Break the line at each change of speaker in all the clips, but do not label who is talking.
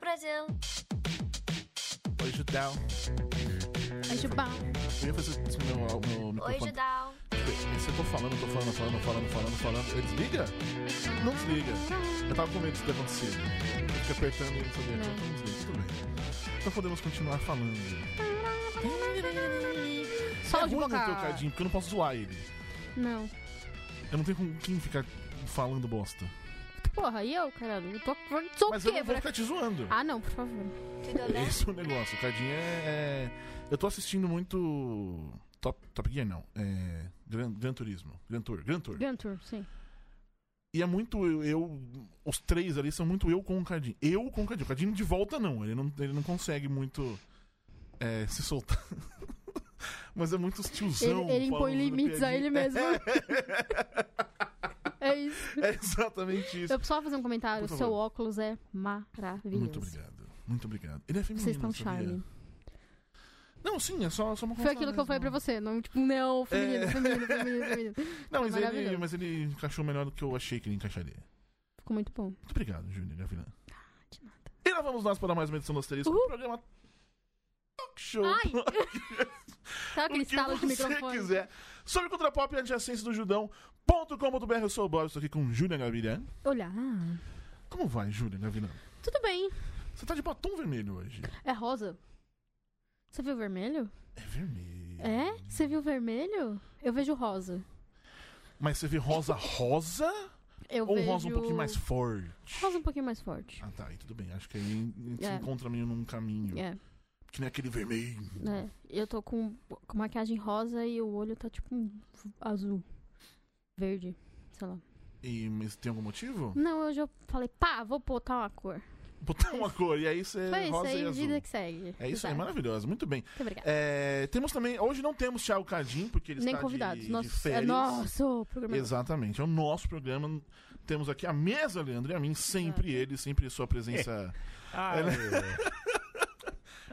Brasil.
Oi, Judel.
É Jubal.
Eu ia fazer isso no meu, no
Oi,
microfone.
Judal.
Se eu tô falando, tô falando, falando, falando, falando, falando. Eu desliga? Não desliga. Eu tava com medo disso ter acontecido. Fica apertando e não sabia. Então não desliga, tudo bem. Então podemos continuar falando.
Fala
é
de
ruim
boca.
meu trocadinho, porque eu não posso zoar ele.
Não.
Eu não tenho com quem ficar falando bosta.
Porra, e eu, caralho? Eu tô, sou
Mas eu não vou
quebra.
ficar te zoando.
Ah, né? não, por favor.
Tudo bem?
Esse é o negócio. O Cardinho é. é- Eu tô assistindo muito. Top, Top Gear não. É. Gran, Gran Turismo. Gran Tour. Gran Tour.
Gantur, sim.
E é muito eu, eu- Os três ali são muito eu com o Cardinho. Eu com o Cardinho. O Cardinho de volta não. Ele não, ele não consegue muito. é, se soltar. Mas é muito os tiozão.
Ele, ele impõe
falando
limites a
piadinha.
ele mesmo. é isso.
É exatamente isso.
Eu preciso só fazer um comentário.
Por
Seu
favor.
óculos é maravilhoso.
Muito obrigado. Muito obrigado. Ele é feminino.
Você está um
sabia?
charme.
Não, sim, é só, só uma
Foi aquilo que eu falei pra você. Não, tipo, não, feminino,
É.
feminino, feminino, feminino.
Não,
Tá
mas ele,
maravilhoso.
mas ele encaixou melhor do que eu achei que ele encaixaria.
Ficou muito bom.
Muito obrigado, Júnior Gavilã.
De nada.
E lá vamos nós para mais uma edição do Asterisco,
Uhul.
do programa Talk Show.
Ai! Sabe
O
aquele
que
estalo de
você
microfone?
quiser. Sobre Contra Pop e adjacência do judão.com.br. Eu sou o Bob, estou aqui com Júlia Gavilã.
Olha.
Como vai, Júlia Gavilã?
Tudo bem.
Você tá de batom vermelho hoje.
É rosa. Você viu vermelho?
É vermelho.
É? Você viu vermelho? Eu vejo rosa.
Mas você vê rosa rosa
Eu
ou
vejo...
rosa um pouquinho mais forte?
Rosa um pouquinho mais forte.
Ah, tá. Aí tudo bem. Acho que aí a gente se
É.
encontra meio num caminho.
É,
Que nem aquele vermelho.
né? Eu tô com, com maquiagem rosa e o olho tá tipo um azul. Verde, sei lá.
E, mas tem algum motivo?
Não, hoje eu falei, pá, vou botar uma cor.
Botar uma cor e aí você
Foi isso
É, rosa e
aí,
azul.
vida que segue.
É isso aí,
Exato.
maravilhoso. Muito bem.
Muito obrigada.
É, temos também. Hoje não temos Thiago Cardim, porque ele
Nem
está
convidados.
de, de
nosso, é
férias.
nosso programa.
Exatamente, é o nosso programa. Temos aqui a mesa, Leandro, e a mim, sempre ele, sempre sua presença. É, né?
Ai,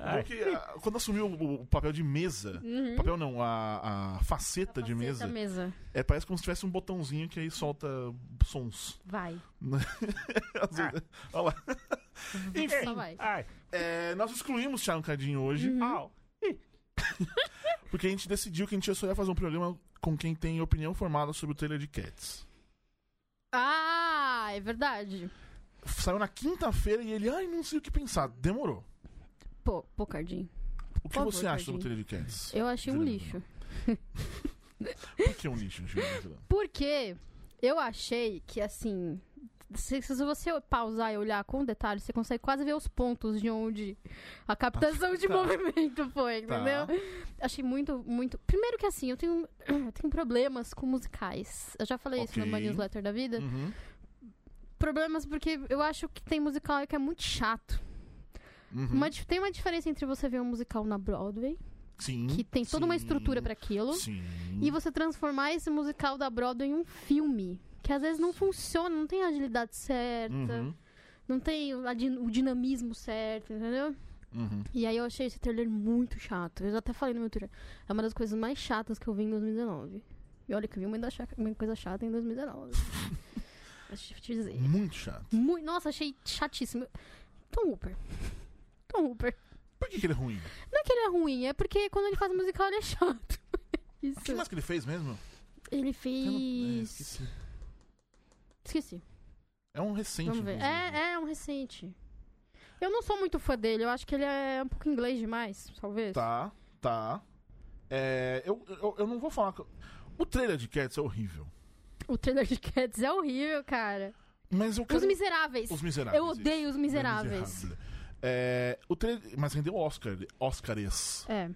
Ai.
Porque ah, quando assumiu o, o papel de mesa,
Uhum.
papel não, a, a faceta de mesa,
Faceta mesa.
é, parece como se tivesse um botãozinho que aí solta sons.
Vai.
Às vezes- Olha lá. Enfim,
Só vai.
Ai.
é, nós excluímos Thiago Cardim hoje.
Uhum. Mm-hmm.
Au.
Porque a gente decidiu que a gente só ia fazer um programa com quem tem opinião formada sobre o trailer de Cats.
Ah, é verdade.
Saiu na quinta-feira e ele, ai, não sei o que pensar. Demorou.
Pô, pô, Cardinho.
O que
Por favor,
você acha sobre o
Cardinho.
trailer de Cats?
Eu achei um
Júlia
lixo.
Por que é um lixo, Juliana Vilã?
Porque eu achei que, assim. Se, se você pausar e olhar com detalhe, você consegue quase ver os pontos de onde a captação de
Tá.
movimento foi,
Tá.
entendeu? Achei muito, muito. Primeiro que assim, eu tenho, eu tenho problemas com musicais. Eu já falei isso
Ok.
numa newsletter da vida.
Uhum.
Problemas porque eu acho que tem musical que é muito chato.
Uhum.
Uma dif- tem uma diferença entre você ver um musical na Broadway,
Hum, Sim.
que tem toda uma estrutura pra aquilo,
Sim.
e você transformar esse musical da Broadway em um filme. Que às vezes não funciona, não tem a agilidade certa,
Uhum.
não tem o a din- o dinamismo certo, entendeu?
Uhum.
E aí eu achei esse trailer muito chato. Eu já até falei no meu Twitter. É uma das coisas mais chatas que eu vi em 2019. E olha que eu vi muita, cha- muita coisa chata em 2019. Deixa eu te dizer.
Muito chato.
Muito, nossa, achei chatíssimo. Tom Hooper. Tom Hooper.
Por que, que ele é ruim?
Não é que ele é ruim, é porque quando ele faz musical ele é chato. Isso.
O que mais que ele fez mesmo?
Ele
Eu não- é,
fez.
esqueci.
Esqueci.
É um recente.
Vamos ver.
inclusive.
É, é um recente. Eu não sou muito fã dele, eu acho que ele é um pouco inglês demais, talvez.
Tá, tá. É, eu, eu, eu não vou falar. que eu- O trailer de Cats é horrível.
O trailer de Cats é horrível, cara.
Mas eu
Os
quero.
Miseráveis.
Os Miseráveis.
Eu odeio Os
isso.
Miseráveis.
Miserável. É, o trailer, mas rendeu Oscar, Oscars.
É.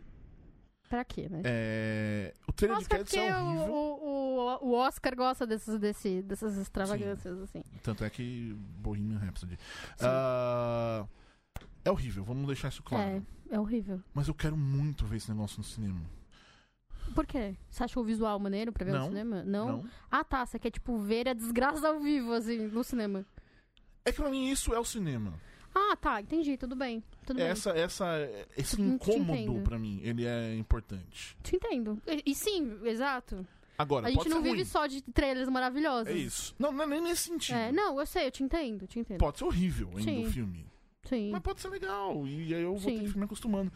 Pra quê, né?
É, o trailer
Oscar,
de Cats
porque
é
o,
horrível.
o- o- o Oscar gosta desses, desse, dessas extravagâncias, assim.
Tanto é que Bohemian Rhapsody. Ah, é horrível, vamos deixar isso claro.
É, é horrível.
Mas eu quero muito ver esse negócio no cinema.
Por quê? Você achou o visual maneiro pra ver
Não,
no cinema? Não. Ah, tá. Você quer, tipo, ver a desgraça ao vivo, assim, no cinema.
É que pra mim isso é o cinema.
Ah, tá. Entendi. Tudo bem. Tudo bem.
É Essa, essa, esse
Te
incômodo
entendo.
pra mim, ele é importante.
Te entendo. E, e sim, exato.
Agora,
a
pode
gente não
ser
vive
ruim.
só assim. de trailers maravilhosos.
É isso. Não, não é nem nesse sentido.
É, não, eu sei, eu te entendo, te entendo.
Pode ser horrível ainda
Sim.
o filme.
Sim.
Mas pode ser legal. E aí eu vou ter
Sim.
que ficar me acostumando.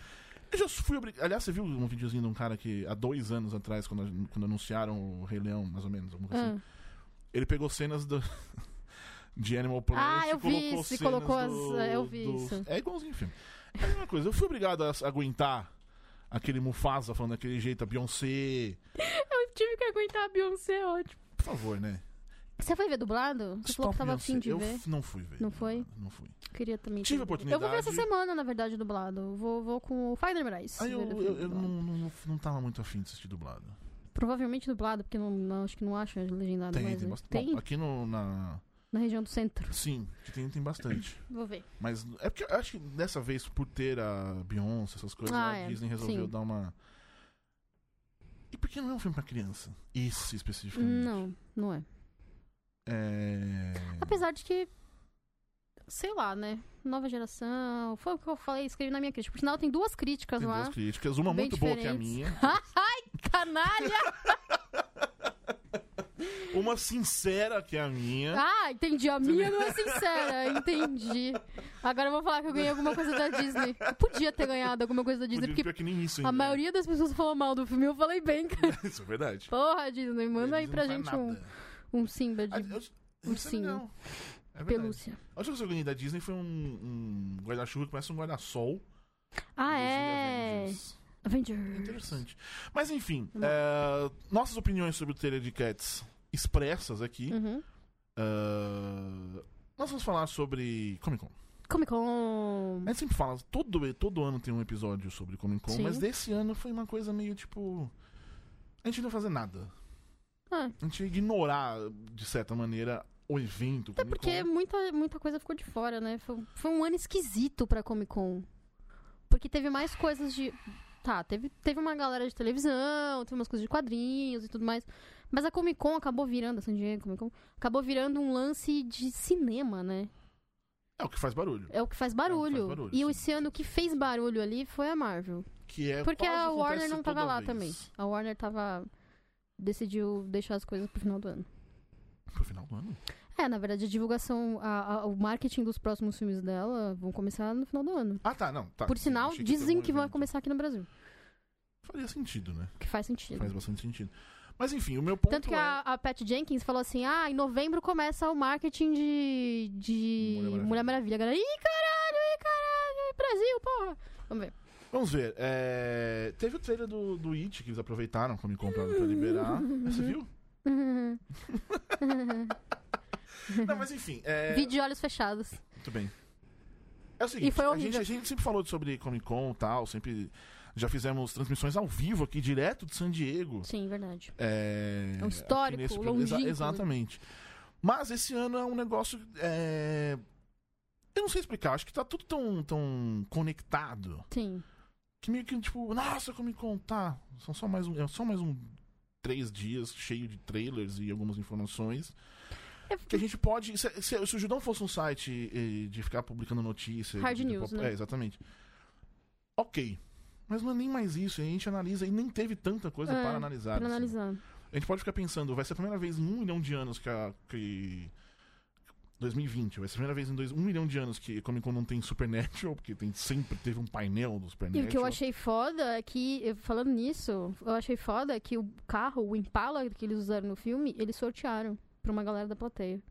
Eu já fui obrigado. Aliás, você viu um videozinho de um cara que, há dois anos atrás, quando, quando anunciaram o Rei Leão, mais ou menos, alguma coisa assim,
Ah,
ele pegou cenas do. De Animal Planet.
Ah, eu
e
vi
colocou
isso, e
cenas
colocou as-
do-
eu vi
do-
isso.
É igualzinho o filme. É a mesma coisa. Eu fui obrigado a s- aguentar aquele Mufasa falando daquele jeito, a Beyoncé.
Eu tive que aguentar a Beyoncé, é ótimo.
Por favor, né?
Você foi ver dublado? Você falou
Stop
que tava
Beyoncé.
afim de
eu
ver.
f- não fui ver.
Não foi?
Não fui.
Queria também.
Tive
ter-
a oportunidade.
Eu vou ver essa semana, na verdade, dublado. Vou, vou com o Fagner Moraes.
Aí Ah, eu,
ver o
eu,
filme
eu
dublado.
não, não, não tava muito afim de assistir dublado.
Provavelmente dublado, porque não, não- acho que não acha legendado
Tem,
mais.
tem
né?
bastante.
Tem?
Bom, aqui no, na.
Na região do centro.
Sim, que tem, tem bastante.
Vou ver.
Mas é porque eu acho que dessa vez, por ter a Beyoncé, essas coisas,
Ah,
a
é,
Disney resolveu
sim.
dar uma. E por que não é um filme pra criança? Isso especificamente.
Não, não é.
É...
Apesar de que. Sei lá, né? Nova geração. Foi o que eu falei, escrevi na minha crítica. Por sinal, tem duas críticas
Tem
lá.
duas críticas, uma
bem
muito boa que é a
diferentes.
minha,
Canalha!
uma sincera que é a minha.
Ah, entendi. A minha não é sincera. Entendi. Agora eu vou falar que eu ganhei alguma coisa da Disney. Eu podia ter ganhado alguma coisa da Disney,
Podia-
porque
pior que nem isso ainda.
a maioria das pessoas falou mal do filme. Eu falei bem, cara.
isso é verdade.
Porra, Disney, manda aí
Eles não
pra
faz
gente
nada.
um, um Simba
Ah,
de
eu- Isso é
ursinho.
legal. É verdade.
pelúcia.
A última coisa que eu ganhei da Disney foi um, um guarda-chuva que parece um guarda-sol.
Ah,
dos
é.
Avengers. É
Avengers.
Interessante. Mas enfim,
Não.
é, nossas opiniões sobre o trailer de Cats expressas aqui.
Uhum.
É, nós vamos falar sobre Comic Con.
Comic Con.
A gente sempre fala, todo, todo ano tem um episódio sobre Comic Con,
Sim.
mas desse ano foi uma coisa meio tipo. A gente não ia fazer nada.
Ah,
A gente ia ignorar, de certa maneira, o evento.
até porque muita, muita coisa ficou de fora, né? Foi, foi um ano esquisito pra Comic Con. Porque teve mais coisas de. Tá, teve, teve uma galera de televisão, teve umas coisas de quadrinhos e tudo mais. Mas a Comic Con acabou virando, a San Diego Comic Con, acabou virando um lance de cinema, né?
É o que faz barulho.
É o que faz barulho.
barulho,
e
sim.
esse ano o que fez barulho ali foi a Marvel.
Que é
Porque
quase
a
acontece
Warner não tava
toda
lá
vez.
também. A Warner tava. decidiu deixar as coisas pro final do ano.
Pro final do ano?
É, na verdade, a divulgação, a- a- o marketing dos próximos filmes dela vão começar no final do ano.
Ah, tá, não. Tá,
Por
Sim,
sinal,
achei ia ter
dizem
algum
que vai
evento.
começar aqui no Brasil.
Faria sentido, né?
O que faz sentido.
Faz bastante sentido. Mas enfim, o meu ponto
Tanto que
é...
a, a Pat Jenkins falou assim: ah, em novembro começa o marketing de. de
Mulher Maravilha.
Mulher Maravilha. A galera, ih, caralho, ih, caralho, Brasil, porra. Vamos ver.
Vamos ver. é, Teve o trailer do, do It que eles aproveitaram como compraram pra liberar. Mas Você viu? Não, mas enfim. É...
Vi de olhos fechados.
Muito bem. É o seguinte,
E foi
a,
horrível.
gente, a gente sempre falou sobre Comic Con e tal, sempre. Já fizemos transmissões ao vivo aqui, direto de San Diego.
Sim, verdade.
É,
É um histórico,
aqui nesse-
longínquo,
exa-
né?
Exatamente. Mas esse ano é um negócio. é, Eu não sei explicar, acho que tá tudo tão, tão conectado.
Sim.
Que meio que, tipo, nossa, como me contar? São só mais um. É só mais um três dias cheio de trailers e algumas informações.
É-
Que a gente pode. Se, se- se o Judão fosse um site eh, de ficar publicando notícias.
Hard
de- de
news,
pop-
né?
É, exatamente. Ok. Mas não é nem mais isso, a gente analisa e nem teve tanta coisa
É,
para analisar.
Pra
assim.
analisar.
A gente pode ficar pensando, vai ser a primeira vez em um milhão de anos que a. Que... 2020, vai ser a primeira vez em dois, um milhão de anos que Comic Con não tem Supernatural, porque tem, sempre teve um painel do
E
Supernatural.
o que eu achei foda é que, eu- falando nisso, eu achei foda é que o carro, o Impala que eles usaram no filme, eles sortearam pra uma galera da plateia.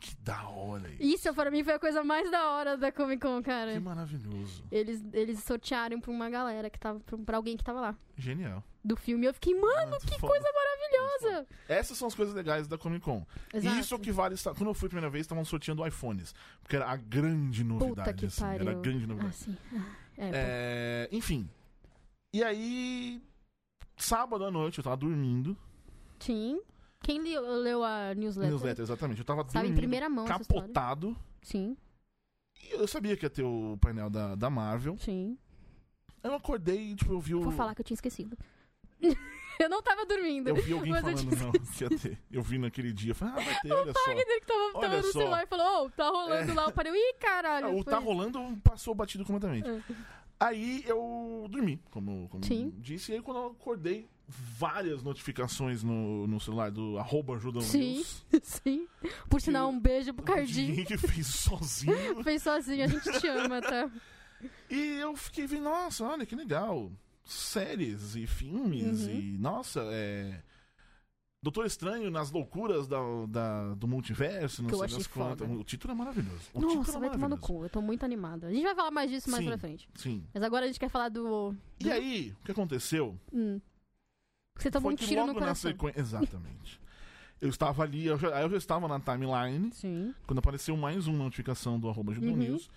Que da hora isso.
Isso pra mim foi a coisa mais da hora da Comic Con,
Que
cara.
maravilhoso.
Eles, eles sortearam pra uma galera que tava, pra, pra alguém que tava lá
Genial.
do filme. E eu fiquei, mano,
Muito
que
foda.
coisa maravilhosa!
Essas são as coisas legais da Comic Con.
Exato.
E isso é o que vale. estar- Quando eu fui a primeira vez, estavam sorteando iPhones. Porque era a grande novidade.
Puta que
assim,
pariu.
Era a grande
Ah,
novidade.
sim. Ah, É, pô.
É, enfim. E aí. Sábado à noite, eu tava dormindo.
Sim. Quem li- leu a newsletter?
Newsletter, exatamente. Eu tava
Sabe, em
dormindo,
primeira mão Então, essa história.
capotado.
Sim,
E eu sabia que ia ter o painel da, da Marvel.
sim.
Aí eu acordei e, tipo, eu vi o.
Vou falar que eu tinha esquecido. eu não tava dormindo.
Eu vi alguém
mas eu
falando,
tinha
não, que ia ter. Eu vi naquele dia. eu Falei, ah, vai ter, olha só.
Fagner que tava,
Olha
tava no
só.
celular e falou, ô, tá rolando lá. Eu parei, ih, caralho.
Ah, o
foi
tá
isso.
rolando passou batido completamente.
É.
Aí eu dormi, como, como
Sim.
disse. E aí quando eu acordei, várias notificações no, no celular do arroba Judão
Sim.
News.
Sim. Por sinal, um beijo pro Cardim.
que fez sozinho.
Fez sozinho, a gente te ama, tá?
E eu fiquei vendo, nossa, olha que legal. Séries e filmes
Uhum.
e, nossa, é... Doutor Estranho nas loucuras da, da- do multiverso, não
Que eu
sei
achei
das quantas.
foda.
O título é maravilhoso. O título
Nossa,
é
vai tomar no
maravilhoso.
cu. Eu tô muito animada. A gente vai falar mais disso mais
Sim.
pra frente.
Sim.
Mas agora a gente quer falar do.
E aí, o que aconteceu?
Hum. Você tomou
foi
um
que
tiro
logo
no
na
coração.
sequência. Exatamente. eu estava ali, eu já, aí eu já estava na timeline,
Sim.
quando apareceu mais uma notificação do arroba Judão
Uhum.
News,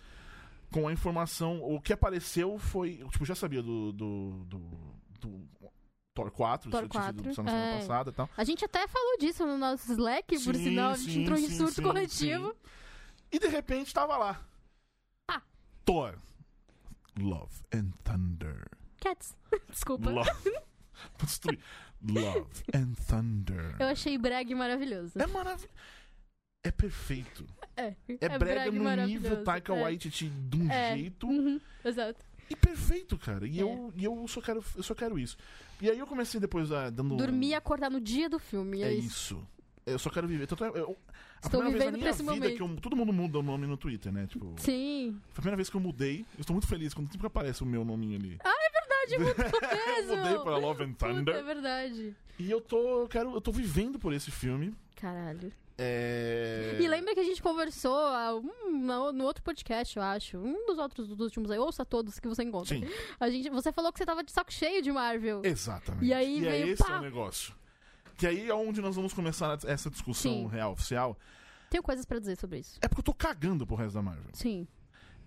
com a informação. O que apareceu foi. Eu tipo, já sabia do. do, do, do Thor 4,
Thor
isso tinha sido
4,
só na semana
é.
passada e tal.
A gente até falou disso no nosso Slack, por
Sim,
sinal. A gente
sim,
entrou em
sim,
surto
sim,
coletivo.
sim. E de repente tava lá.
Ah.
Thor. Love and Thunder.
Cats. Desculpa.
Love. Vou destruir. Love and Thunder.
Eu achei brag maravilhoso.
É maravilhoso. É perfeito.
É,
É, brega
brag
no nível
maravilhoso.
Taika
É.
Waititi de um
É.
jeito.
Uhum, exato.
E perfeito, cara. E,
É.
eu, e eu, só quero, eu só quero isso. E aí eu comecei depois a, dando... um
Dormir e acordar no dia do filme.
É
É isso.
isso. Eu só quero viver. Tanto é- eu- a
Estou
primeira vez na
vivendo
minha
pra esse
vida que eu, todo mundo muda o nome no Twitter, né? Tipo,
Sim.
foi a primeira vez que eu mudei. Eu estou muito feliz quando sempre aparece o meu nominho ali.
Ah, é Verdade, muito
eu mudei
mesmo.
pra Love and
Puta, é
Thunder.
verdade.
E eu tô, eu quero, eu tô vivendo por esse filme.
Caralho.
É...
E lembra que a gente conversou ah, um, na- no outro podcast, eu acho. Um dos outros dos últimos aí. Ouça todos que você encontra.
Sim, É.
A gente, você falou que você tava de saco cheio de Marvel.
exatamente.
E aí veio,
esse
pá!
é o negócio. Que aí é onde nós vamos começar a- essa discussão
Sim.
real, oficial.
Tenho coisas pra dizer sobre isso.
É porque eu tô cagando pro resto da Marvel.
Sim.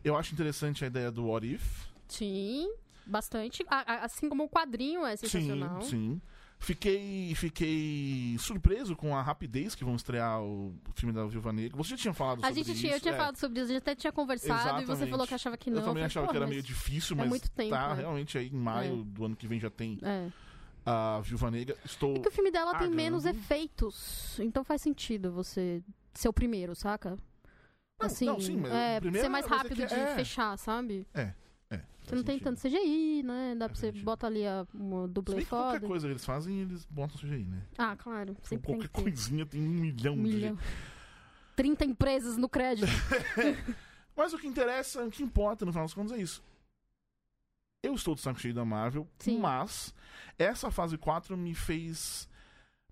Eu acho interessante a ideia do What If.
Sim. Bastante. A- a- assim como o quadrinho é sensacional.
Sim, sim. Fiquei, fiquei surpreso com a rapidez que vão estrear o filme da Viúva Negra. Você já tinha falado
A
sobre
gente
isso?
tinha, eu tinha
é.
falado sobre isso, a gente até tinha conversado e você
Exatamente.
falou que achava que não.
Eu também
falei,
achava
"Pô,
que era
mas
meio difícil,
é
mas
muito tempo,
tá
né?"
realmente aí em maio do ano que vem já tem
É.
a Viúva Negra. Estou...
É que o filme dela tem
cagando.
menos efeitos. Então faz sentido você ser o primeiro, saca?
Não,
Assim,
não, sim, mas
é,
o primeiro-
ser mais
mas é
rápido
que
de
é.
fechar, sabe?
É,
Você não tem tanto CGI, né? Dá pra
Faz
você
sentido.
bota ali a, uma
Se
dublê
bem que
foda.
qualquer coisa que eles fazem, eles botam CGI, né?
Ah, claro. né? Sempre tem
qualquer
que ter.
coisinha tem um milhão,
Um
de
milhão. 30 empresas no crédito.
Mas o que interessa, o que importa no final das contas é isso. Eu estou de saco cheio da Marvel,
Sim.
mas essa fase 4 me fez.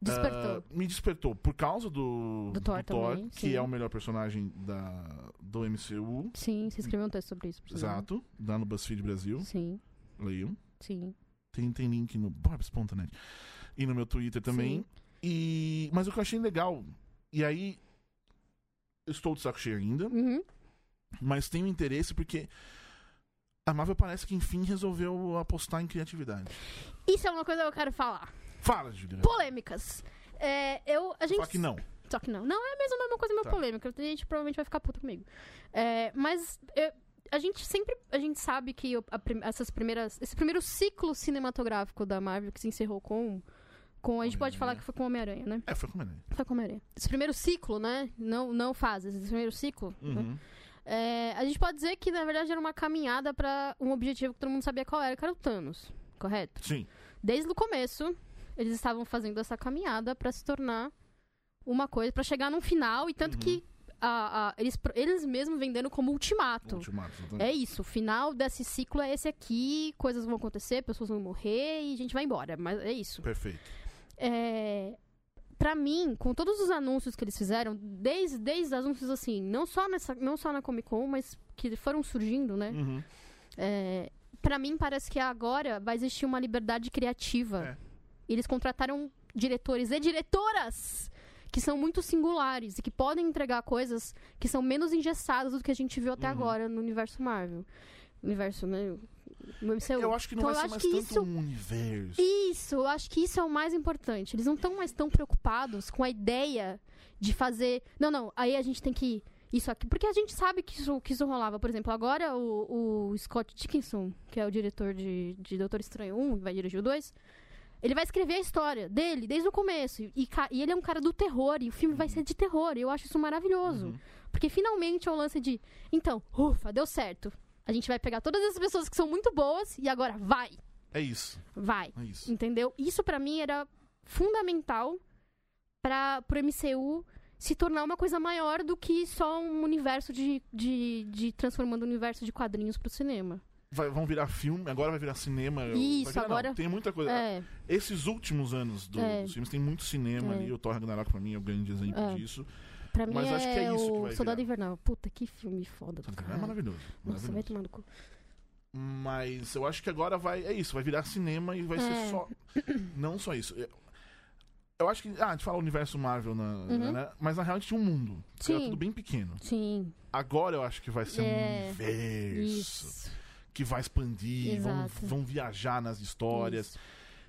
Despertou.
ah, me despertou por causa do,
Do Thor também,
que
sim.
é o melhor personagem da, do MCU.
Sim, você escreveu um texto sobre isso. por sinal.
Exato. Dá no BuzzFeed Brasil.
Sim,
Leiam.
sim.
Tem, tem link no Bobs.net e no meu Twitter também.
Sim.
E, mas o que eu achei legal. E aí. eu Estou de saco cheio ainda.
Uhum.
mas tenho interesse porque a Marvel parece que enfim resolveu apostar em criatividade.
Isso é uma coisa que eu quero falar.
Fala, Julia.
Polêmicas. É, eu, a gente...
Só que não.
Só que não. Não, é mesmo a mesma coisa, meu
Tá.
polêmica. Tem gente que provavelmente vai ficar puta comigo. É, mas é, a gente sempre. A gente sabe que o- a prim- essas primeiras, esse primeiro ciclo cinematográfico da Marvel que se encerrou com. com a gente pode
Homem-Aranha.
falar que foi com Homem-Aranha, né?
É, foi como é.
Foi com Homem-Aranha. Esse primeiro ciclo, né? Não, não fases, esse primeiro ciclo. né?
Uhum.
É, a gente pode dizer que, na verdade, era uma caminhada pra um objetivo que todo mundo sabia qual era, que era o Thanos. Correto?
Sim.
desde o começo, eles estavam fazendo essa caminhada pra se tornar uma coisa, pra chegar num final, e tanto
Uhum.
que a- a- eles, pro- eles mesmos vendendo como ultimato.
Ultimato.
É isso, o final desse ciclo é esse aqui, coisas vão acontecer, pessoas vão morrer e a gente vai embora, mas é isso.
Perfeito.
É... Pra mim, com todos os anúncios que eles fizeram, desde, desde anúncios assim, não só, nessa, não só na Comic Con, mas que foram surgindo, né?
Uhum.
É, para mim, parece que é agora vai existir uma liberdade criativa.
É.
Eles contrataram diretores e diretoras que são muito singulares e que podem entregar coisas que são menos engessadas do que a gente viu até
Uhum.
agora no universo Marvel. Universo, né? No MCU.
Eu acho que não
Então, eu
vai ser
acho
mais
que
tanto
isso-
um universo.
Isso, eu acho que isso é o mais importante. Eles não estão mais tão preocupados com a ideia de fazer. Não, não, aí a gente tem que. Isso aqui. Porque a gente sabe que isso, que isso rolava. Por exemplo, agora o, o Scott Dickinson, que é o diretor de, de Doutor Estranho 1 e vai dirigir o 2, ele vai escrever a história dele desde o começo. E, ca- e ele é um cara do terror, e o filme vai ser de terror. E eu acho isso maravilhoso.
Uhum.
Porque finalmente é o lance de. Então, ufa, deu certo. A gente vai pegar todas essas pessoas que são muito boas e agora vai,
É isso.
vai.
É isso.
Entendeu? Isso pra mim era fundamental para pro MCU se tornar uma coisa maior do que só um universo de, de, de transformando o universo de quadrinhos pro cinema.
Vai- vão virar filme, agora vai virar cinema. eu-
Isso,
vai virar, não,
agora-
tem muita coisa.
É,
Esses últimos anos do-
É.
dos filmes tem muito cinema
É.
ali. O Thor Ragnarok, pra mim, é o grande exemplo
É.
disso.
pra mim
Mas
é,
acho que é isso que
o
vai
Soldado
virar.
Invernal. Puta, que filme foda. do
Sabe, É
caralho.
maravilhoso.
Nossa,
maravilhoso.
vai tomar no cu.
Mas eu acho que agora vai. É isso, vai virar cinema e vai ser
É.
só. Não só isso. Eu- Eu acho que. Ah, a gente fala universo Marvel, na,
Uhum.
né? mas na real a gente tinha um mundo. que Era
Sim.
tudo bem pequeno.
Sim,
Agora eu acho que vai ser um
É.
universo
isso.
que vai expandir, vão,
Exato.
vão viajar nas histórias.
Isso.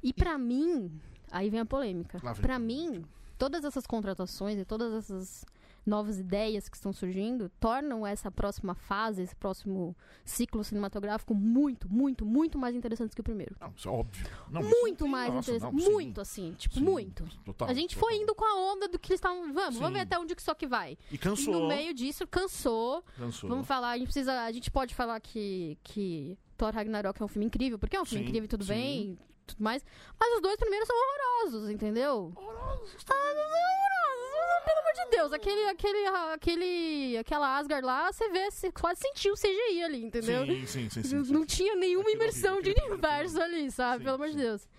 E pra mim, aí vem a polêmica.
Lá vem a
Pra mim, todas essas contratações e todas essas novas ideias que estão surgindo tornam essa próxima fase, esse próximo ciclo cinematográfico muito, muito, muito mais interessante que o primeiro.
Não, isso é óbvio. Não, isso
Muito
não tem-
mais
nossa,
interessante.
não, sim,
muito, assim, tipo,
sim,
muito.
Total,
a gente
total.
foi indo com a onda do que eles estavam. Vamos,
Sim.
vamos ver até onde que só que vai.
E
E
cansou.
no meio disso, cansou.
Cansou.
Vamos falar, a gente precisa. A gente pode falar que, que Thor Ragnarok é um filme incrível, porque é um filme
Sim,
incrível, tudo
sim.
bem, tudo mais. Mas os dois primeiros são horrorosos, entendeu?
Horrorosos.
Ah, horrorosos! Pelo amor de Deus, aquele, aquele, aquele, aquela Asgard lá, você vê, você quase sentiu o CGI ali, entendeu?
Sim, sim, sim. sim,
não
sim.
não tinha nenhuma
Aquilo é
imersão
horrível,
de
aquilo
universo ali, sabe?
Sim,
Pelo amor de
sim.
Deus.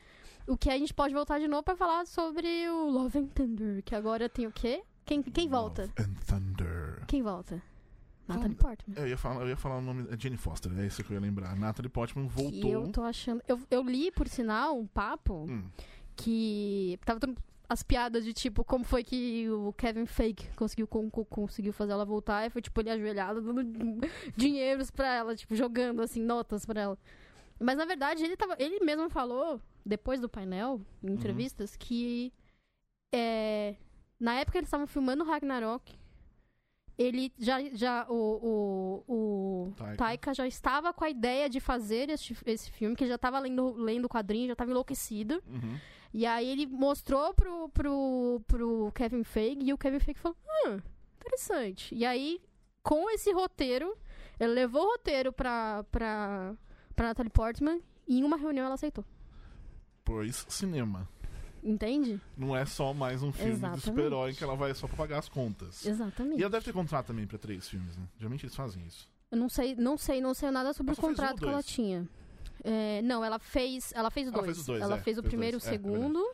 O que a gente pode voltar de novo pra falar sobre o Love and Thunder, que agora tem o quê? Quem, quem volta?
Love and Thunder.
Quem volta? Natalie
Vamos-
Portman.
É, Eu ia, falar, eu ia falar o nome é Jenny Foster, é isso que eu ia lembrar. Natalie Portman
Que eu
voltou.
tô achando. Eu, eu li, por sinal, um papo
Hum,
que. Tava tendo as piadas de tipo, como foi que o Kevin Fake conseguiu, con- con- conseguiu fazer ela voltar. E foi tipo ele ajoelhado, dando dinheiros pra ela, tipo, jogando assim, notas pra ela. Mas na verdade, ele, tava, ele mesmo falou, depois do painel,
Uhum.
em entrevistas, que. é, na época eles estavam filmando o Ragnarok. Ele já. já o- o, o
Taika.
Taika já estava com a ideia de fazer este, esse filme, que ele já estava lendo, lendo o quadrinho, já estava enlouquecido.
Uhum.
E aí ele mostrou pro, pro, pro Kevin Feige e o Kevin Feige falou: ah, interessante. E aí, com esse roteiro, ele levou o roteiro pra, pra, pra Natalie Portman e em uma reunião ela aceitou.
Pois cinema.
Entende?
Não é só mais um filme de
Exatamente.
super-herói que ela vai só pra pagar as contas.
Exatamente.
E ela deve ter contrato também pra três filmes, né? Geralmente eles fazem isso.
Eu não sei, não sei, não sei nada sobre
Ela
o
só fez um
contrato
ou
que ela
dois?
tinha. É, não, ela fez, ela fez
Ela
dois.
fez os dois, é,
fez o
fez
primeiro e o
dois, é, é
segundo.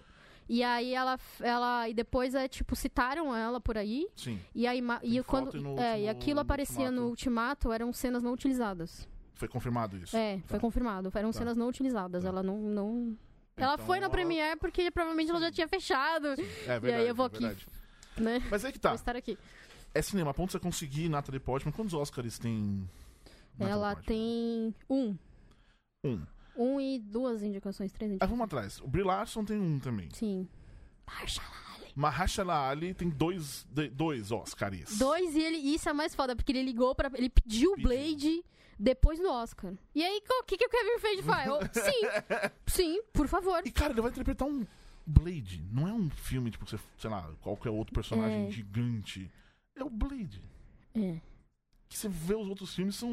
e aí ela, f- ela e depois é tipo citaram ela por aí
Sim.
e aí ma-
Tem
e quando
foto e no
é, e
último- no
aquilo aparecia no ultimato eram cenas não utilizadas.
Foi confirmado isso.
É,
Tá.
foi confirmado, eram
Tá.
cenas não utilizadas.
Tá.
Ela não não ela
Então,
foi na
ela-
Premiere porque provavelmente ela já
Sim.
tinha fechado,
Sim. É verdade.
E aí eu vou
é
aqui,
verdade.
né?
Mas é que
Vou
tá.
estar aqui.
É cinema. A ponto de você conseguir Natalie Portman. Quantos Oscars tem? Natalie
ela
Portman?
tem um,
Um.
um e duas indicações, três
Aí
indicações.
vamos atrás. O Brie Larson tem um também.
Sim. Marcha
Mahashala Ali tem dois, de- dois Oscars.
Dois, e ele, isso é mais foda, porque ele ligou para Ele pediu o
Pediu.
Blade depois do Oscar. E aí, o que, que o Kevin Feige faz? Eu, sim, sim, por favor.
E, cara, ele vai interpretar um Blade. Não é um filme, tipo, que você, sei lá, qualquer outro personagem
É.
gigante. É o Blade.
É.
Que você vê os outros filmes, são...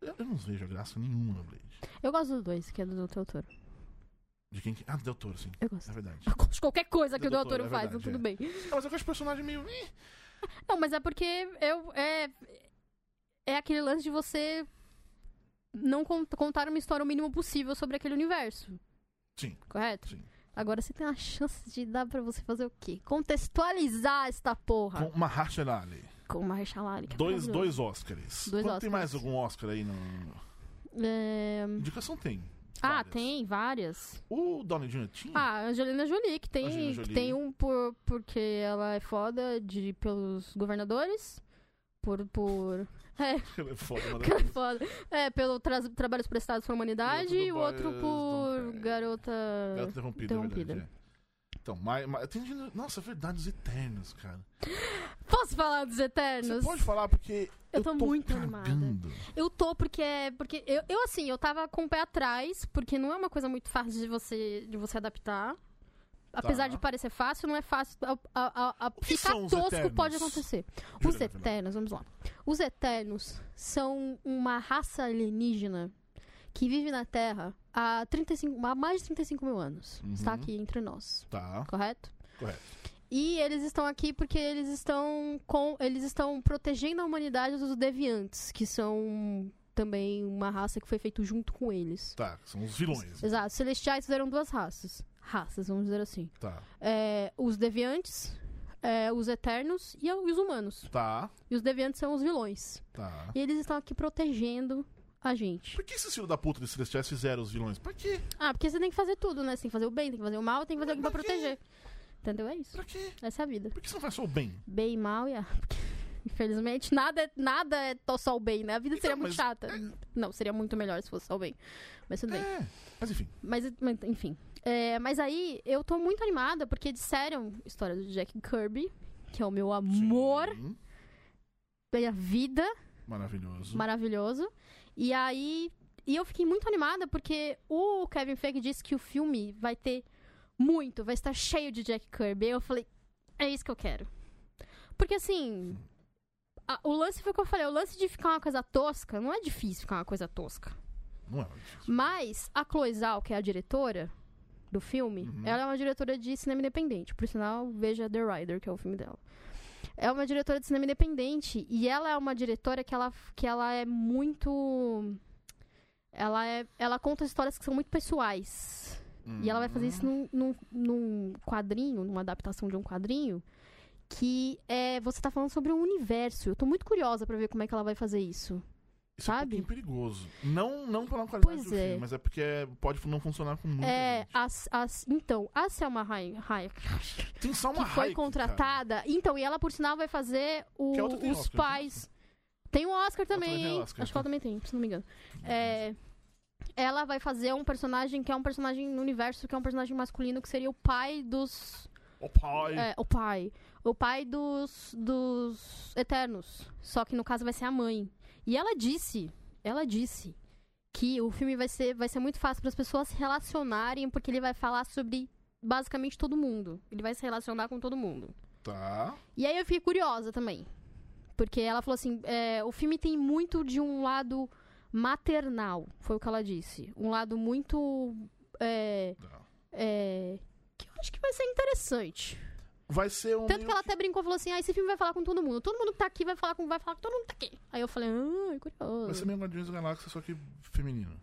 Eu eu não vejo graça nenhuma no Blade.
Eu gosto dos dois, que é do Doutor Toro.
De quem que... Ah, do Del Toro, sim.
Eu
É
gosto.
verdade.
Eu gosto de qualquer coisa
Do
que o
Del
Doutor
Toro, é
faz,
verdade,
então tudo bem.
Ah, mas eu acho o personagem meio... Ih,
Não, mas é porque eu. É, é aquele lance de você não con- contar uma história o mínimo possível sobre aquele universo.
Sim.
Correto?
Sim.
Agora você tem a chance de dar pra você fazer o quê? Contextualizar esta porra
Com Mahashala Ali.
com uma rechalada. Ah. que é
Dois,
maravilhoso.
dois Oscars.
Dois
Quando Tem
Oscars.
mais algum Oscar aí? No... no-
É,
Indicação tem.
Ah,
Várias.
tem várias.
O Donald Jr. tinha?
Ah, a Angelina Jolie, que tem,
Angelina Jolie.
Que tem um por, porque ela é foda de, pelos governadores. Por. por... É,
Ele é foda, mano.
que ela é foda. É, pelo tra- trabalhos prestados pra humanidade
E
e o
outro do
outro
Boys Don't
por
Cry.
garota.
Garota interrompida,
Interrompida.
É verdade, é. Então, mas, mas tem gente- Nossa, é verdade, os Eternos, cara.
Posso falar dos Eternos?
Você pode falar porque.
Eu tô muito animada.
cagando.
Eu tô, porque é. Porque eu, eu, assim, eu tava com o pé atrás, porque não é uma coisa muito fácil de você, de você adaptar. Apesar de parecer fácil, não é fácil. A, a- a- a-
Tá. que
ficar
são os
tosco
Eternos?
pode acontecer.
Jura,
Os
Gabriela?
Eternos, vamos lá. Os Eternos são uma raça alienígena que vive na Terra há, 35, há mais de 35 mil anos.
Uhum.
Está aqui entre nós,
Tá,
correto?
correto.
E eles estão aqui porque eles estão com, eles estão protegendo a humanidade dos deviantes, que são também uma raça que foi feita junto com eles.
Tá, são os vilões.
Exato, os celestiais fizeram duas raças. Raças, vamos dizer assim.
Tá,
É, os deviantes, é, os eternos e os humanos.
tá,
E os deviantes são os vilões.
tá.
E eles estão aqui protegendo a gente.
Por que esses filhos da puta de Celestiais fizeram os vilões? Pra quê?
Ah, porque você tem que fazer tudo, né? Você tem que fazer o bem, tem que fazer o mal, tem que fazer algo pra
Mas por quê?
proteger. Entendeu? É isso.
Pra quê?
Essa é a vida.
Por que você não faz só o bem?
Bem e mal e a... porque, Infelizmente, nada, é- nada é to- só o bem, né? A vida
Então,
seria muito
mas-
chata. Não, seria muito melhor se fosse só o bem. Mas tudo bem.
É. Mas enfim.
Mas, mas, enfim. É, mas aí, eu tô muito animada, porque disseram a história do Jack Kirby, que é o meu amor
Sim.
da minha vida,
Maravilhoso.
maravilhoso. E aí, e eu fiquei muito animada, porque o Kevin Feige disse que o filme vai ter muito, vai estar cheio de Jack Kirby. Eu falei, é isso que eu quero. Porque assim, a- o lance foi o que eu falei, o lance de ficar uma coisa tosca, não é difícil ficar uma coisa tosca.
Não é difícil.
Mas a Chloe Zhao, que é a diretora do filme,
Uhum.
ela é uma diretora de cinema independente. Por sinal, veja The Rider, que é o filme dela. É uma diretora de cinema independente e ela é uma diretora que ela, que ela é muito ela é ela conta histórias que são muito pessoais. Hum, E ela vai
Hum,
fazer isso num, num, num quadrinho, numa adaptação de um quadrinho, que é você tá falando sobre um universo. Eu tô muito curiosa pra ver como é que ela vai fazer isso.
Isso é um
sabe?
pouquinho perigoso. Não, não pela qualidade
Pois
do
é.
filme, mas é porque pode não funcionar com muita
É,
gente.
as, as, então, a Selma Hayek, Hayek
Tem só uma
que foi
Hayek, cara.
contratada. Então, e ela, por sinal, vai fazer o-
Que a outra tem
os
Oscar, né?
pais. Tem um Oscar
também
também,
tem
hein?
Oscar, então.
Acho que ela também tem, se não me engano. É, ela vai fazer um personagem que é um personagem no universo, que é um personagem masculino, que seria o pai dos.
O pai.
É, o pai. O pai dos, dos Eternos. Só que no caso vai ser a mãe. E ela disse, ela disse que o filme vai ser, vai ser muito fácil para as pessoas se relacionarem, porque ele vai falar sobre basicamente todo mundo. Ele vai se relacionar com todo mundo.
Tá.
E aí eu fiquei curiosa também. Porque ela falou assim: é, o filme tem muito de um lado maternal, foi o que ela disse. Um lado muito. É,
tá.
é, que eu acho que vai ser interessante.
Vai ser um.
Tanto que ela até brincou e falou assim: ah, esse filme vai falar com todo mundo. Todo mundo que tá aqui vai falar com, vai falar com todo mundo que tá aqui. Aí eu falei: ah,
Vai ser
é curioso.
meio Guardiões da Galáxia, só que feminino.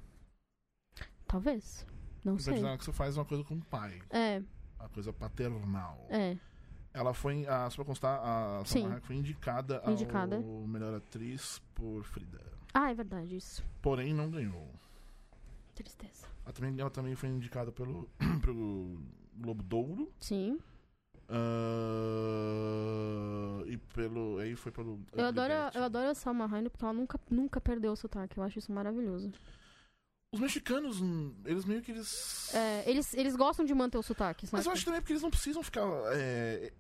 Talvez. Não
Guardiões
sei.
da Galáxia "Ah, faz uma coisa com o pai.
É,
Uma coisa paternal.
é.
Ela foi. A, só pra constar, a
Sim.
Salma Hayek foi indicada,
Indicada.
ao melhor atriz por Frida.
Ah, é verdade, isso.
Porém, não ganhou.
Tristeza.
Ela também, ela também foi indicada pelo, pelo Globo Douro.
Sim.
Ah, e pelo. Aí foi pelo.
Eu adoro,
Ugly Betty.
eu adoro a Salma Hayek porque ela nunca, nunca perdeu o sotaque. Eu acho isso maravilhoso.
Os mexicanos, hum, eles meio que eles.
É, eles, eles gostam de manter o sotaque, sabe?
Mas eu acho também porque eles não precisam ficar. é,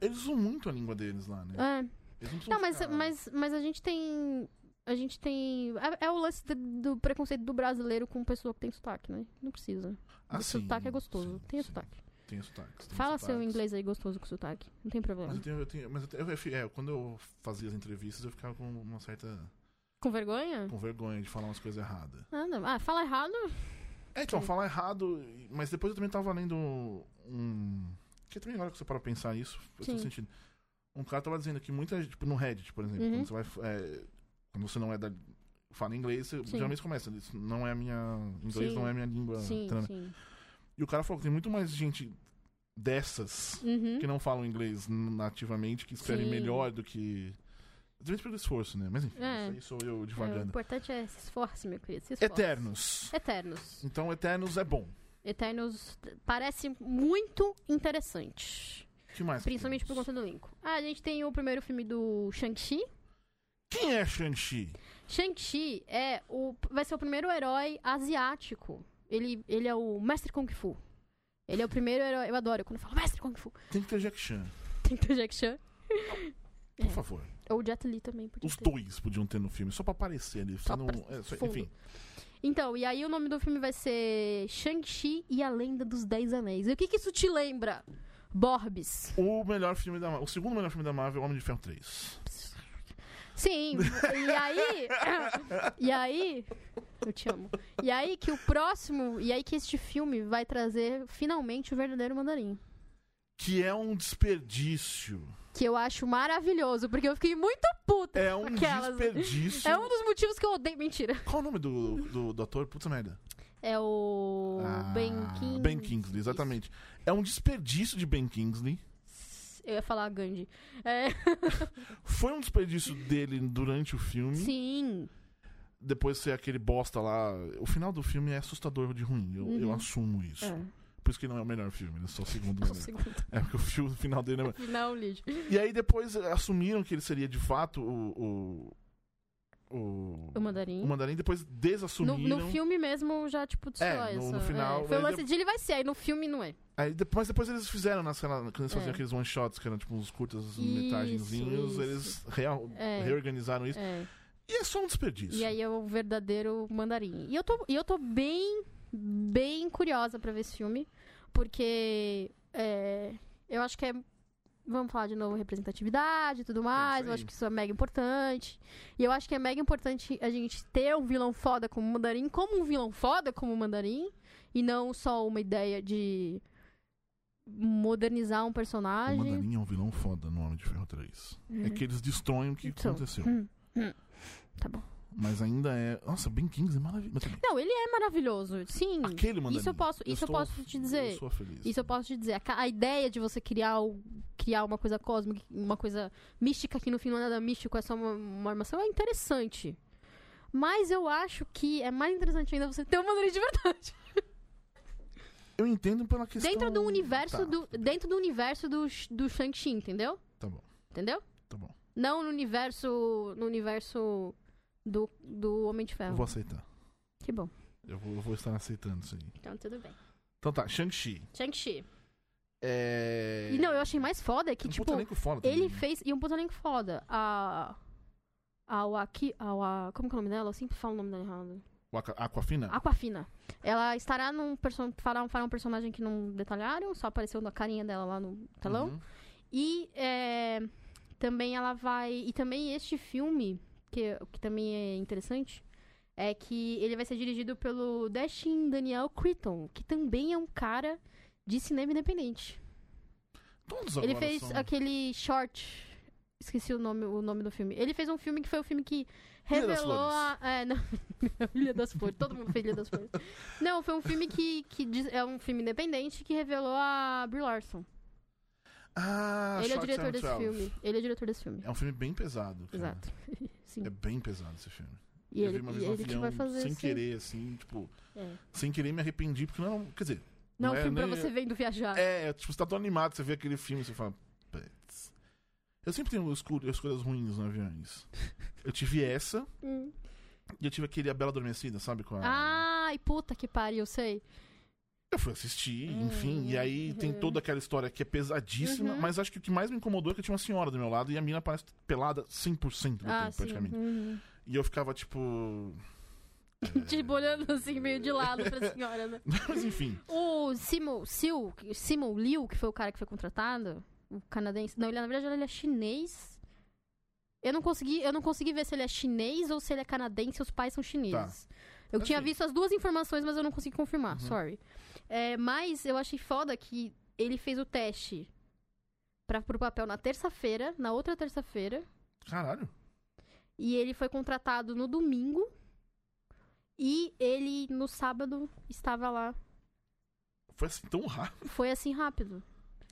Eles usam muito a língua deles lá, né?
É.
Eles não precisam
Não, mas,
ficar-
mas, mas a gente tem. A gente tem. É, é o lance do, do preconceito do brasileiro com pessoa que tem sotaque, né? Não precisa.
Ah,
o
sim,
sotaque é gostoso.
sim,
tem o
sim.
sotaque.
Tem sotaques. tem
Fala seu
sotaques.
inglês aí gostoso com sotaque. Não tem problema.
Mas eu tenho. Eu tenho mas eu tenho- eu fi- é, quando eu fazia as entrevistas, eu ficava com uma certa.
Com vergonha?
com vergonha de falar umas coisas erradas.
Nada. Ah, fala errado?
É, então,
Sim.
falar errado, mas depois eu também tava lendo um. Que também, na hora que você para pra pensar isso, faz todo
Sim.
sentido. Um cara tava dizendo que muita gente, tipo, no Reddit, por exemplo,
Uhum.
quando você vai. é, quando você não é da. Fala inglês, você
Sim.
geralmente começa. Isso não é a minha. Inglês
Sim.
não é a minha língua.
sim,
trana."
sim.
E o cara falou que tem muito mais gente dessas
Uhum.
que não falam inglês nativamente, que escrevem
Sim.
melhor do que. Principalmente pelo esforço, né? Mas enfim,
É.
isso aí sou eu
É, o
divagando.
importante é se esforce, meu querido. Se esforce.
Eternos.
Eternos.
Então, Eternos é bom.
Eternos parece muito interessante.
O que mais? que
Principalmente por
temos?
conta do Lincoln. Ah, a gente tem o primeiro filme do Shang-Chi,
Quem é Shang-Chi?
Shang-Chi é o, vai ser o primeiro herói asiático. Ele, ele é o mestre Kung Fu. Ele é o primeiro herói. Eu adoro quando falo mestre Kung Fu.
Tem que ter Jack Chan,
Tem que ter Jack Chan.
por
É.
favor.
Ou Jet Li também. podia
Os
ter.
dois podiam ter no filme, só pra aparecer ali.
Só
sendo um-
pra-
é, só-
fundo.
enfim,
Então, e aí o nome do filme vai ser Shang-Chi e a Lenda dos Dez Anéis. E o que, que isso te lembra? Borbes.
o melhor filme da Marvel. O segundo melhor filme da Marvel, Homem de Ferro 3.
Sim, e aí. E aí. Eu te amo. E aí que o próximo. E aí que este filme vai trazer finalmente o verdadeiro mandarim.
Que é um desperdício.
Que eu acho maravilhoso, porque eu fiquei muito puta
É um
com aquelas.
desperdício.
É um dos motivos que eu odeio. Mentira.
Qual o nome do, do, do ator? Puta merda.
É o.
Ah,
Ben King.
Ben Kingsley, exatamente. É um desperdício de Ben Kingsley.
Eu ia falar Gandhi. É,
Foi um desperdício dele durante o filme.
sim.
Depois ser aquele bosta lá. O final do filme é assustador de ruim. Eu, eu
Uhum.
assumo isso.
É,
Por isso que ele não é o melhor filme, ele é só o segundo
é o
melhor.
segundo.
É porque o filme o final dele é.
Não, Lídia.
E aí depois assumiram que ele seria de fato o. O, o,
O mandarim.
o mandarim, depois
No,
desassumiram.
no filme mesmo já, tipo, destrói
É, no-
essa.
no final,
foi o
aí
lance
de-
de ele vai ser, aí no filme não é.
Aí depois, mas depois eles fizeram nas, quando eles faziam
É.
aqueles one shots que eram tipo uns curtas
Isso,
metagenzinhos,
isso.
eles real-
É.
reorganizaram isso.
é.
E é só um desperdício.
E aí é o verdadeiro mandarim. E eu tô, e eu tô bem, bem curiosa pra ver esse filme, porque é, eu acho que é. Vamos falar de novo representatividade e tudo mais. eu
aí.
acho que isso é mega importante. E eu acho que é mega importante a gente ter um vilão foda como mandarim, como um vilão foda como mandarim, e não só uma ideia de modernizar um
o
personagem.
Mandarim é um vilão foda no Homem de Ferro 3. É,
É.
que eles destroem o que
Então.
aconteceu.
Hum, hum. Tá bom.
Mas ainda é. Nossa, Ben Kingsley é maravilhoso. Mas também,
Não, ele é maravilhoso. Sim.
Aquele Mandarim.
Isso eu posso, isso eu
estou-
posso te dizer.
Eu sou feliz.
Isso eu posso te dizer. A ca- A ideia de você criar, o- criar uma coisa cósmica, uma coisa mística, que no fim não é nada místico, é só uma, uma armação, é interessante. Mas eu acho que é mais interessante ainda você ter uma maneira de verdade.
Eu entendo pela questão.
Dentro do universo
Tá,
do. Dentro do universo do, Sh- do Shang-Chi, entendeu?
Tá bom,
Entendeu?
tá bom.
Não no universo. No universo do, do Homem de
Eu
Ferro.
vou aceitar.
Que bom.
Eu vou, eu vou estar aceitando isso aí.
Então tudo bem.
Então tá, Shang-Chi.
Shang-Chi.
É.
E não, eu achei mais foda que,
um
tipo.
puta elenco foda
Ele
também, né?
fez. E um puta elenco foda. A. A Waki. A, Wa- como que é o nome dela? Eu sempre falo o nome dela errado.
O Aqua- Aquafina?
Aquafina. Ela estará num personagem. Fará, fará um personagem que não detalharam, só apareceu na carinha dela lá no telão.
Uhum.
E é, também ela vai. E também este filme, que, que também é interessante, é que ele vai ser dirigido pelo Destin Daniel Cretton, que também é um cara de cinema independente.
Todos
Ele
agora
fez
são-
aquele short. Esqueci o nome, o nome do filme. Ele fez um filme que foi o filme que
Ilha das
revelou a. É, não, Ilha das Flores. Todo mundo fez Ilha das Flores. Não, foi um filme que, que diz- é um filme independente que revelou a Brie Larson.
Ah,
Ele é o
Short
diretor
Sound
desse
12.
filme. Ele é o diretor desse filme.
É um filme bem pesado. cara.
Exato. Sim.
É bem pesado esse filme.
E
eu
ele,
vi uma
e
vez no
ele que
filhão,
vai fazer
sem
esse-
querer, assim, tipo,
É.
sem querer me arrependi, porque não, quer dizer,
Não,
Não
é
é
um filme pra
nem-
você vendo viajar.
é, tipo, você tá tão animado, você vê aquele filme, você fala, putz. Eu sempre tenho escolhas, escolhas ruins no aviões. Eu tive essa,
Hum.
e eu tive aquele A Bela Adormecida, sabe? Com a...
Ai, puta que pariu, sei.
Eu fui assistir,
Hum,
enfim, e aí tem
uhum.
toda aquela história que é pesadíssima,
Uhum.
mas acho que o que mais me incomodou é que tinha uma senhora do meu lado, e a mina parece pelada 100% do
Ah,
tempo,
sim.
praticamente.
Uhum.
E eu ficava, tipo... É.
Tipo, olhando assim, meio de lado pra senhora, né?
mas enfim...
O Simon, Sil, Simon Liu, que foi o cara que foi contratado, o canadense. Não, ele na verdade ele é chinês. Eu não consegui, eu não consegui ver se ele é chinês ou se ele é canadense, os pais são chineses. Eu
Mas
tinha
sim.
visto as duas informações, mas eu não consegui confirmar,
Uhum.
sorry. É, mas eu achei foda que ele fez o teste para pro papel na terça-feira, na outra terça-feira.
Caralho.
E ele foi contratado no domingo. E ele, no sábado, estava lá.
Foi assim tão rápido.
Foi assim rápido.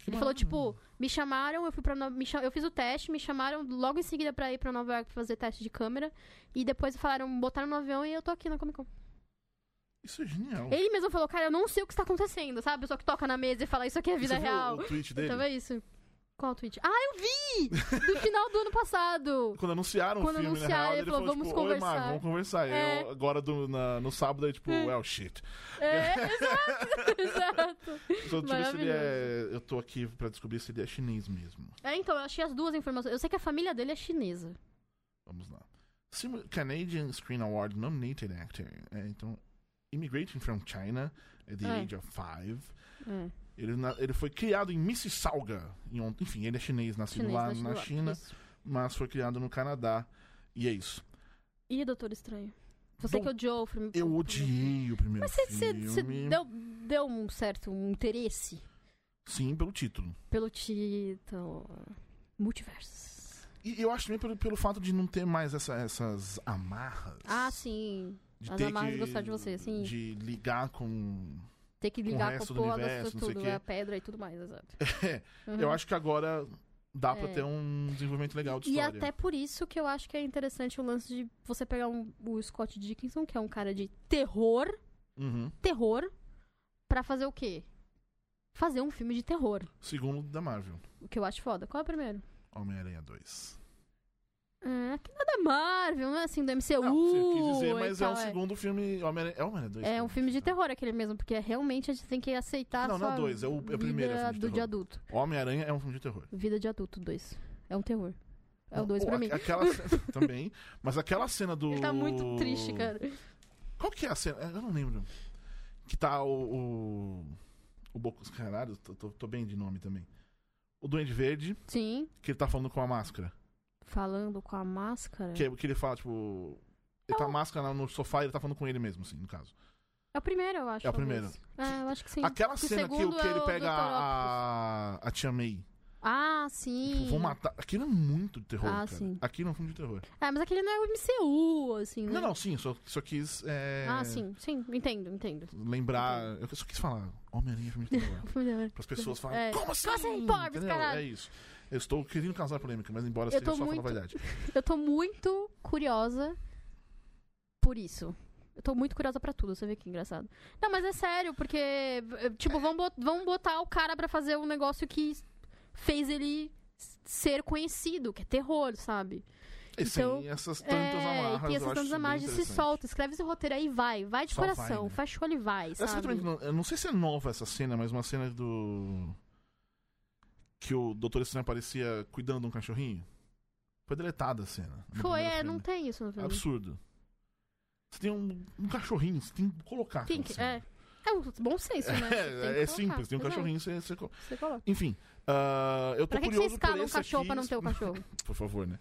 Ele falou, tipo, me chamaram, eu fui pra Nova- me cha- eu fiz o teste, me chamaram logo em seguida pra ir pra Nova York pra fazer teste de câmera. E depois falaram, botaram no avião e eu tô aqui na Comic Con.
Hum. Isso é genial.
Ele mesmo falou, cara, eu não sei o que está acontecendo, sabe? Só que toca na mesa e fala, isso aqui é vida
Você viu
real.
O tweet dele?
Então é isso. Qual o tweet? Ah, eu vi! Do final do ano passado!
Quando anunciaram
Quando
o filme,
anunciaram,
na real,
ele
ele,
falou,
falou,
"Vamos
tipo, Oi,
conversar."
Mar, vamos conversar. E
É.
eu, agora do- na- no sábado, é tipo, well, shit.
É, exato, exato.
Então, deixa eu ver se ele
Maravilhoso.
é... Eu tô aqui pra descobrir se ele é chinês mesmo.
É, então, eu achei as duas informações. Eu sei que a família dele é chinesa.
Vamos lá. Sim- Canadian Screen Award nominated actor. É, então, immigrating from China at the
É.
age of five.
É.
Ele, na- ele foi criado em Mississauga. em Ont- enfim, ele é chinês, nascido
Chinês,
lá
nascido
na
lá.
China.
né, Isso.
mas foi criado no Canadá. E é isso.
E Doutor Estranho? Você
Dou-
que odiou o filme.
Eu
o-
odiei o primeiro
Uhum. Mas você
filme.
deu, deu um certo interesse
Sim, pelo título.
pelo título. Multiversos.
E eu acho também pelo, pelo fato de não ter mais essa- essas amarras.
Ah, sim.
de
as
ter
amarras
que-
gostar de você, sim.
De ligar com.
Tem que
o
ligar com a
resto do
porra,
universo,
das
não sei
tudo,
o quê.
a pedra e tudo mais, exato.
É,
Uhum.
Eu acho que agora dá pra
É.
ter um desenvolvimento legal de
E
história.
até por isso que eu acho que é interessante o lance de você pegar um- o Scott Dickinson, que é um cara de terror,
Uhum.
terror, pra fazer o quê? Fazer um filme de terror.
Segundo da Marvel,
O que eu acho foda. Qual é o primeiro?
Homem-Aranha 2.
É, que nada Marvel, não é assim, do MCU.
Não, sim, eu quis dizer,
e
mas é
tal,
um segundo filme. Homem-Aranha- É Homem-Aranha 2.
então É um filme de terror aquele mesmo, porque é realmente a gente tem que aceitar
Não,
a
não é
sua
dois, é o- é o
vida
primeiro filme de
do de
terror.
adulto.
Homem-Aranha é um filme de terror.
Vida de adulto, dois. É um terror. É o
Não,
dois
pô,
pra
a-
mim.
Aquela cena, também. Mas aquela cena do.
Ele tá muito triste, cara.
Qual que é a cena? Eu não lembro. Que tá o. O, o Boco. Caralho, tô, tô- tô bem de nome também. O Duende Verde,
Sim,
que ele tá falando com a máscara.
falando com a máscara.
Que, que ele fala, tipo. Ele
Então-
tá a máscara na- no sofá e ele tá falando com ele mesmo, assim, no caso.
É o primeiro, eu acho.
É o
talvez.
primeiro.
É, eu acho que sim.
Aquela
O
cena que, o-
segundo
que
é
ele
o
pega
Dr.
a, a Tia May.
Ah,
Tipo,
sim.
vão matar. Aquilo é muito de terror,
Ah,
cara.
sim.
Aquilo é um filme de terror.
Ah, mas aquele não é o MCU, assim, né?
Não, não, sim, só, só quis. é,
Ah, sim, sim, entendo, entendo.
Lembrar. Eu só quis falar. Homem-Aranha é filme de terror. Para as pessoas falarem,
É.
como assim?
Como assim, pobres,
Entendeu?
caralho?
É isso. Eu estou querendo causar polêmica, mas embora
Eu
seja
tô
só falar
muito-
a verdade.
Eu tô muito curiosa por isso. Eu tô muito curiosa pra tudo, você vê que engraçado. Não, mas é sério, porque, eh, tipo, vão, bot- vão botar o cara pra fazer um negócio que fez ele s- ser conhecido, que é terror, sabe?
E
Então,
sem essas tantas
é,
amarras,
e tem
eu
essas
acho
tantas
bem
amarras de se
interessante.
solta, escreve esse roteiro aí e vai, vai de
Só vai,
coração,
né?
fecha o olho e vai,
Essa eu,
sabe?
também não, eu não sei se é nova essa cena, mas uma cena do. Que o Doutor Estranho aparecia cuidando de um cachorrinho. Foi deletada a cena. no
Foi,
primeiro
é,
filme.
não tem isso no filme.
Absurdo. Você tem um, um cachorrinho, você tem que colocar.
Tem
aquela
que-
cena.
é. É um bom senso, né? Você tem que
É, é
colocar.
simples, tem um
Exato,
cachorrinho, você, você co-
Você coloca.
Enfim, ah, eu tô
Pra que, que você
curioso por
escala um
esse
cachorro
aqui,
pra não ter o cachorro?
Por favor, né?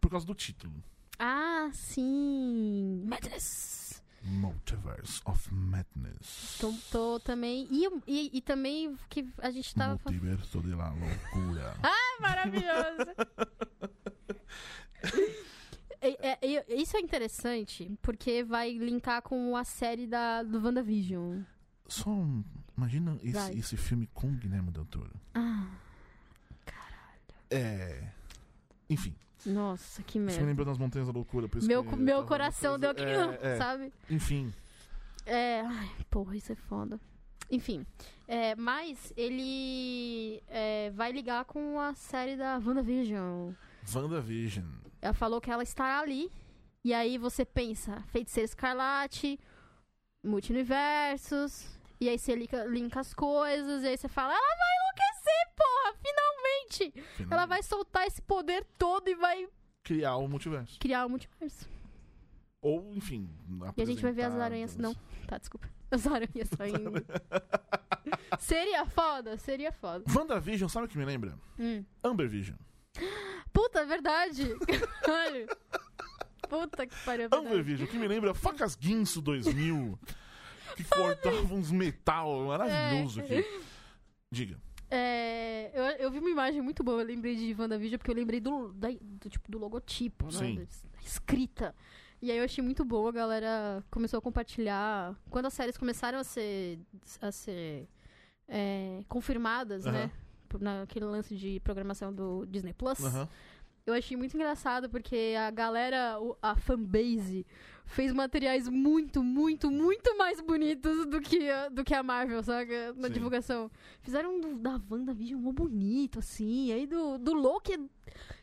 Por causa do título.
ah, sim. Madness.
Multiverse of Madness.
Tô, tô também. E, e, e também que a gente tava Ah! falando.
Multiverso de la loucura.
Maravilhoso! É, é, é, isso é interessante, porque vai linkar com a série da, do WandaVision.
Só um- imagina
Vai.
esse, esse filme com o Guilherme Del Toro.
Ah,
É. Enfim,
nossa, que
isso me
merda.
lembrou das Montanhas da Loucura. Por isso
Meu,
que eu
meu
tava
coração deu
uma
aquele.
coisa- É, é.
Sabe?
Enfim,
É, ai, porra, isso é foda. Enfim, é, mas ele é, vai ligar com a série da WandaVision.
WandaVision.
Ela falou que ela está ali, e aí você pensa, Feiticeira Escarlate, Multiversos, e aí você linka, linka as coisas, e aí você fala, ela vai enlouquecer, porra, finalmente!
Final,
Ela vai soltar esse poder todo e vai
criar o multiverso.
criar o multiverso.
Ou, enfim.
E a gente vai ver as
apresentar-
aranhas. Não, tá, desculpa. As aranhas saindo. seria foda, seria foda.
WandaVision, sabe o que me lembra?
Hum.
Ambervision.
Puta, é verdade. Caralho. Puta que pariu. é verdade.
Ambervision, um que me lembra Facas Guinso 2000. que cortava uns metal maravilhoso
É.
aqui. Diga.
É, eu, eu vi uma imagem muito boa, eu lembrei de WandaVision, porque eu lembrei do, da- do, tipo, do logotipo, né?
Sim.
Da, da escrita. E aí eu achei muito boa, a galera começou a compartilhar. Quando as séries começaram a ser, a ser é, confirmadas, né?
Aham.
Por- Naquele lance de programação do Disney Plus.
Aham.
Eu achei muito engraçado porque a galera, o- a fanbase, fez materiais muito, muito, muito mais bonitos do que a, do que a Marvel, sabe? Na
Sim.
divulgação. Fizeram um do, da WandaVision mó bonito, assim. E aí do, do Loki é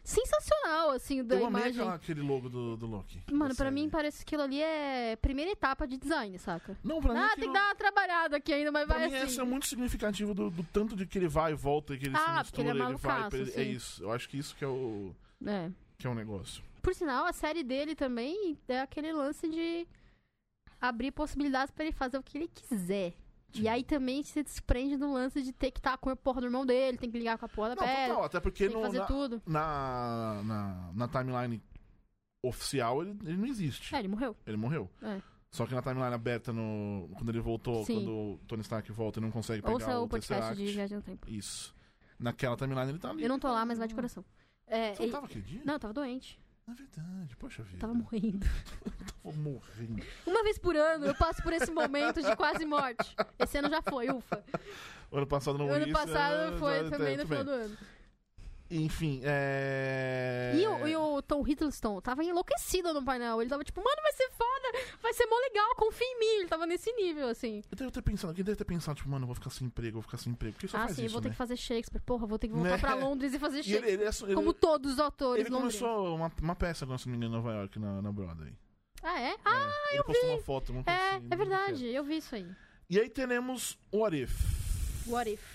sensacional, assim, o da
Eu amei
imagem.
aquela, aquele logo do, do Loki.
Mano,
da
pra
série.
mim parece que aquilo ali é primeira etapa de design, saca?
Não, pra mim.
ah, tem
aquilo-
que dar uma trabalhada aqui ainda, mas
Pra
vai
mim,
assim.
essa é muito significativo do, do tanto de que ele vai e volta, que ele se
Ah,
mistura,
porque ele é
vai.
malucaço,
Ele,
sim.
É isso. Eu acho que isso que é o,
É.
que é o negócio.
Por sinal, a série dele também é aquele lance de abrir possibilidades pra ele fazer o que ele quiser.
Sim.
E aí também se desprende do lance de ter que estar com a porra do irmão dele, tem que ligar com a porra da
Não,
pedra,
total. Até porque
tem que
no,
fazer
na,
tudo.
na, na, na timeline oficial, ele, ele não existe.
É, ele morreu.
Ele morreu.
É.
Só que na timeline aberta, no, quando ele voltou,
Sim.
quando o Tony Stark volta e não consegue pegar
Ouça
o,
o podcast de
Tesseract.
Viagem no Tempo.
Isso. Naquela timeline ele tá ali.
Eu não tô lá, mas vai de coração. É,
Você não
e-
tava aquele dia?
Não, eu tava doente.
Na verdade, poxa vida.
Tava morrendo.
Tava morrendo.
Uma vez por ano eu passo por esse momento de quase morte. Esse ano já foi, ufa.
O ano passado não
o ano
isso,
passado
é,
foi
tá,
também
tá,
no
tudo
final do ano.
bem. Enfim, é...
E, o, e o Tom Hiddleston tava enlouquecido no painel. Ele tava tipo, mano, vai ser foda, vai ser mó legal, confia em mim. Ele tava nesse nível, assim.
Eu devo ter pensado, alguém deve ter pensado, tipo, mano, eu vou ficar sem emprego, eu vou ficar sem emprego. Por que só
ah,
faz
sim,
isso,
vou ter
né?
que fazer Shakespeare. Porra, vou ter que voltar
Né?
pra Londres e fazer
E ele,
Shakespeare.
ele, assu- ele-
como todos os autores
ele
londrinos.
começou uma, uma peça, agora, se não me engano, em Nova York, na, na Broadway.
Ah, é? Ah,
Ah, ele eu postou uma foto, uma coisa
é,
assim,
é
não
verdade. Eu vi isso aí.
sei. E aí teremos What If.
What If.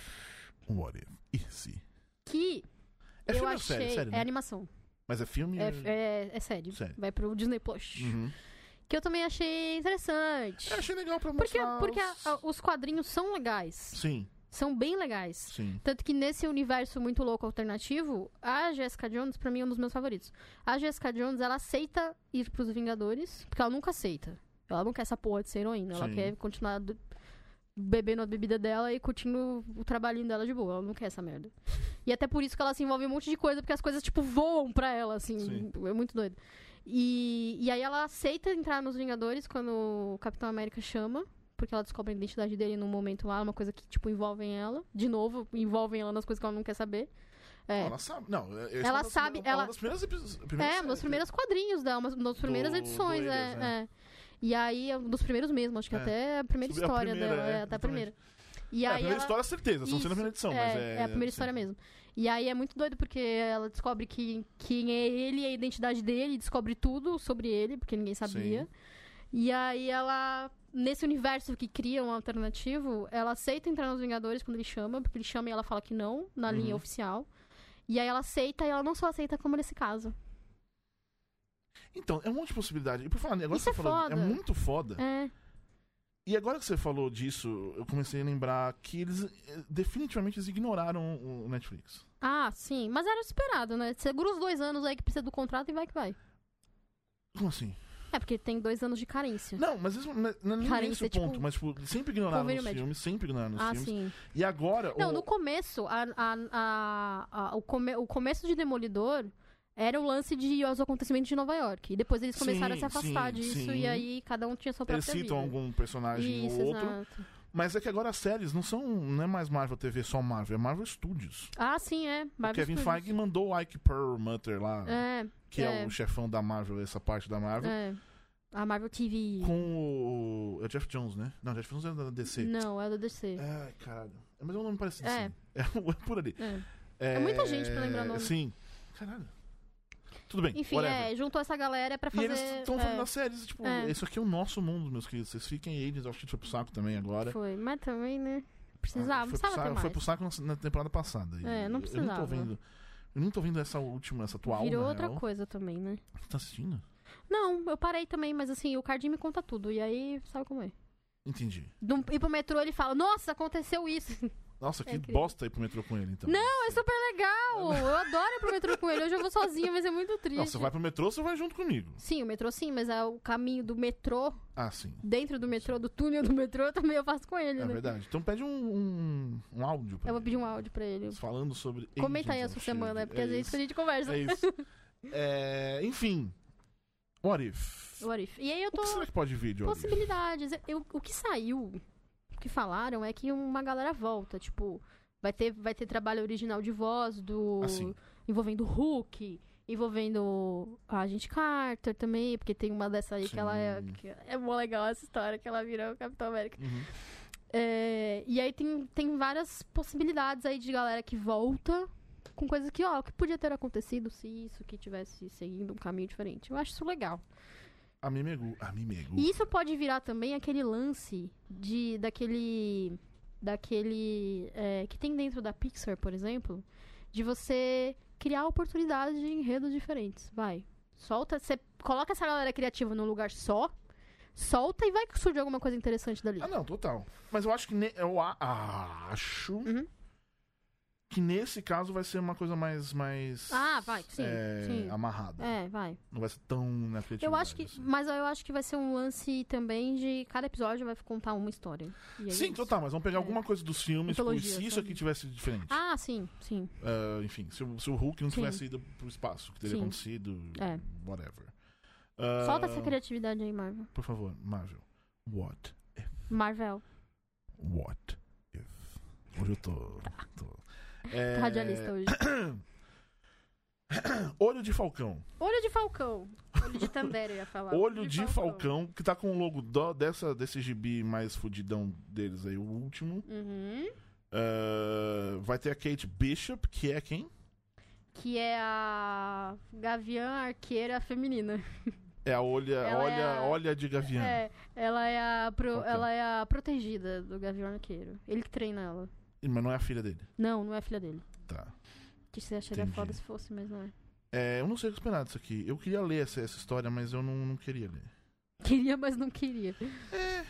What If. E se?
Que
É
eu
filme ou
achei...
série? Série,
É
né?
animação.
Mas é filme...
É, é, é série.
Série.
Vai pro Disney Plus.
Uhum.
Que eu também achei interessante.
Eu achei legal pra
Porque,
mostrar
porque
os-
a- a- os quadrinhos são legais.
Sim,
São bem legais.
sim.
Tanto que nesse universo muito louco alternativo, a Jessica Jones, pra mim, é um dos meus favoritos. A Jessica Jones, ela aceita ir pros Vingadores, porque ela nunca aceita. Ela não quer essa porra de ser heroína. Ela
Sim.
quer continuar do- bebendo a bebida dela e curtindo o trabalhinho dela de boa. Ela não quer essa merda. E até por isso que ela se envolve em um monte de coisa, porque as coisas, tipo, voam pra ela, assim.
Sim.
É muito doido. E, e aí ela aceita entrar nos Vingadores quando o Capitão América chama. Porque ela descobre a identidade dele num momento lá, uma coisa que, tipo, envolvem ela. De novo, envolvem ela nas coisas que ela não quer saber. É,
Ela sabe... Não, é- é-
Ela
é uma das
sabe,
primeiras-
ela-
Uma das primeiras... episos- primeiras
é, um dos
séries. né?
primeiros quadrinhos dela, uma das primeiras
Do-
edições,
do
é,
Elias, né?
é. E aí, é um dos primeiros mesmo, acho que
É.
até a primeira
Sobre a
história
primeira,
dela,
é,
é, até a primeira. E
É, a
aí
primeira
ela-
história, certeza. Só não sei na
Isso,
primeira edição,
é,
mas
é a primeira história mesmo. E aí é muito doido, porque ela descobre que quem é ele, a identidade dele, descobre tudo sobre ele, porque ninguém sabia.
Sim.
E aí ela, nesse universo que cria um alternativo, ela aceita entrar nos Vingadores quando ele chama, porque ele chama e ela fala que não, na
Uhum.
linha oficial. E aí ela aceita, e ela não só aceita como nesse caso.
Então, é um monte de possibilidade. E por falar, agora
Isso
que
é
você falou,
foda.
é muito foda.
É,
E agora que você falou disso, eu comecei a lembrar que eles eh, definitivamente eles ignoraram o Netflix.
Ah, sim. Mas era esperado, né? Segura os dois anos aí que precisa do contrato e vai que vai.
Como assim?
É, porque tem dois anos de carência.
Não, mas isso não é não é nem
Cara,
esse
isso é
o ponto,
tipo
mas tipo, sempre ignoraram
convênio
os
médico.
filmes, sempre ignoraram os
ah,
filmes.
sim.
E agora
Não,
o...
no começo, a- a- a- a- o, come- o começo de Demolidor era o lance de os acontecimentos de Nova York. E depois eles começaram
Sim,
a se afastar
sim,
disso
sim.
e aí cada um tinha sua própria
eles citam
vida.
algum personagem
Isso,
ou outro,
exato.
mas é que agora as séries não são, não é mais Marvel TV só Marvel, é Marvel Studios.
Ah, sim, é.
O
Marvel
Kevin
Studios.
Feige mandou o Ike Perlmutter lá,
É,
que é.
é.
o chefão da Marvel, essa parte da Marvel,
é. A Marvel TV.
com o... é o Jeff Jones, né? Não, Jeff Jones é da DC.
Não, é da DC.
Ai, caralho. É, Mas é um nome parecido,
É.
sim. É, por ali.
É. É muita gente pra lembrar nome.
Sim. Caralho. Tudo bem,
Enfim,
whatever.
é, juntou essa galera pra
E
fazer.
eles estão
é,
falando das séries, tipo,
É.
isso aqui é o nosso mundo, meus queridos. Vocês fiquem aí, eles acho que foi pro saco também agora.
Foi, mas também, né? Precisava,
Ah, foi, pro
precisava ter
saco,
mais.
foi pro saco na, na temporada passada. E
É, não
Eu não tô
precisava.
vendo. Eu não tô vendo essa última, essa atual.
Virou
na
outra
real.
coisa também, né?
Você tá assistindo?
Não, eu parei também, mas assim, o Cardim me conta tudo. E aí, sabe como é?
Entendi.
Não- um, ir pro metrô, ele fala, nossa, aconteceu isso.
Nossa, que
É incrível.
bosta ir pro metrô com ele, então.
Não, é super legal! Eu adoro ir pro metrô com ele. Hoje eu vou sozinha, mas é muito triste.
Não, você vai pro metrô, você vai junto comigo.
Sim, o metrô sim, mas é o caminho do metrô,
Ah, sim.
dentro do metrô, do túnel do metrô, também eu faço com ele,
É
né?
verdade. Então pede um, um, um áudio pra
Eu vou
ele.
pedir um áudio pra ele.
Falando sobre.
Comenta aí
Agents
a
of
sua
Shield.
semana, né? porque
é
às vezes
isso.
a gente conversa.
É isso. É, enfim. What if?
What if? E aí eu
O
tô.
que será que pode vir de what if?
possibilidades. Eu- o que saiu, o que falaram é que uma galera volta, tipo, vai ter, vai ter trabalho original de voz do
Assim.
envolvendo o Hulk, envolvendo a gente Carter também, porque tem uma dessa aí que ela é
Sim.
que é mó legal essa história que ela virou Capitão América.
Uhum.
É, e aí tem, tem várias possibilidades aí de galera que volta com coisas que, ó, o que podia ter acontecido se isso que tivesse seguindo um caminho diferente. Eu acho isso legal.
A Mimegu. A Mimegu.
E isso pode virar também aquele lance de daquele daquele é, que tem dentro da Pixar, por exemplo, de você criar oportunidades de enredos diferentes. Vai, solta, você coloca essa galera criativa num lugar só, solta e vai que surge alguma coisa interessante dali.
Ah, não, total. Mas eu acho que. ne- Eu a- acho.
Uhum.
Que nesse caso vai ser uma coisa mais. mais
Ah, vai, sim,
é,
sim.
Amarrada.
É, vai.
Não vai ser tão na
Eu
criatividade,
acho que.
assim.
Mas eu acho que vai ser um lance também de cada episódio vai contar uma história. E é
Sim,
isso.
total, mas vamos pegar
É.
alguma coisa dos filmes, tipo, e
Mitologia,
se isso
sabe?
aqui tivesse diferente.
Ah, sim, sim.
Ah, enfim, se o, se o Hulk não
Sim.
tivesse ido pro espaço, o que teria
Sim.
acontecido,
É.
whatever. Ah,
Solta essa criatividade aí, Marvel.
Por favor, Marvel. What?
Marvel.
What? If? Hoje eu tô. tô- É,
Tá radialista hoje.
Olho de Falcão.
Olho de Falcão. Olho de Tandera, eu ia falar.
Olho de Falcão, que tá com o logo do- dessa, desse gibi mais fudidão deles aí, o último.
Uhum.
Ah, vai ter a Kate Bishop, que é quem?
Que é a Gaviã Arqueira Feminina.
É a olha,
Ela
olha,
é a-
olha de gavião.
É, ela é a, pro-
Falcão.
ela é a protegida do Gavião Arqueiro. Ele que treina ela.
Mas não é a filha dele.
Não, não é a filha dele.
Tá.
Que você acharia
Entendi.
foda se fosse, mas não é.
É, eu não sei o que esperar disso aqui. Eu queria ler essa, essa história, mas eu não, não queria ler.
Queria, mas não queria.
É,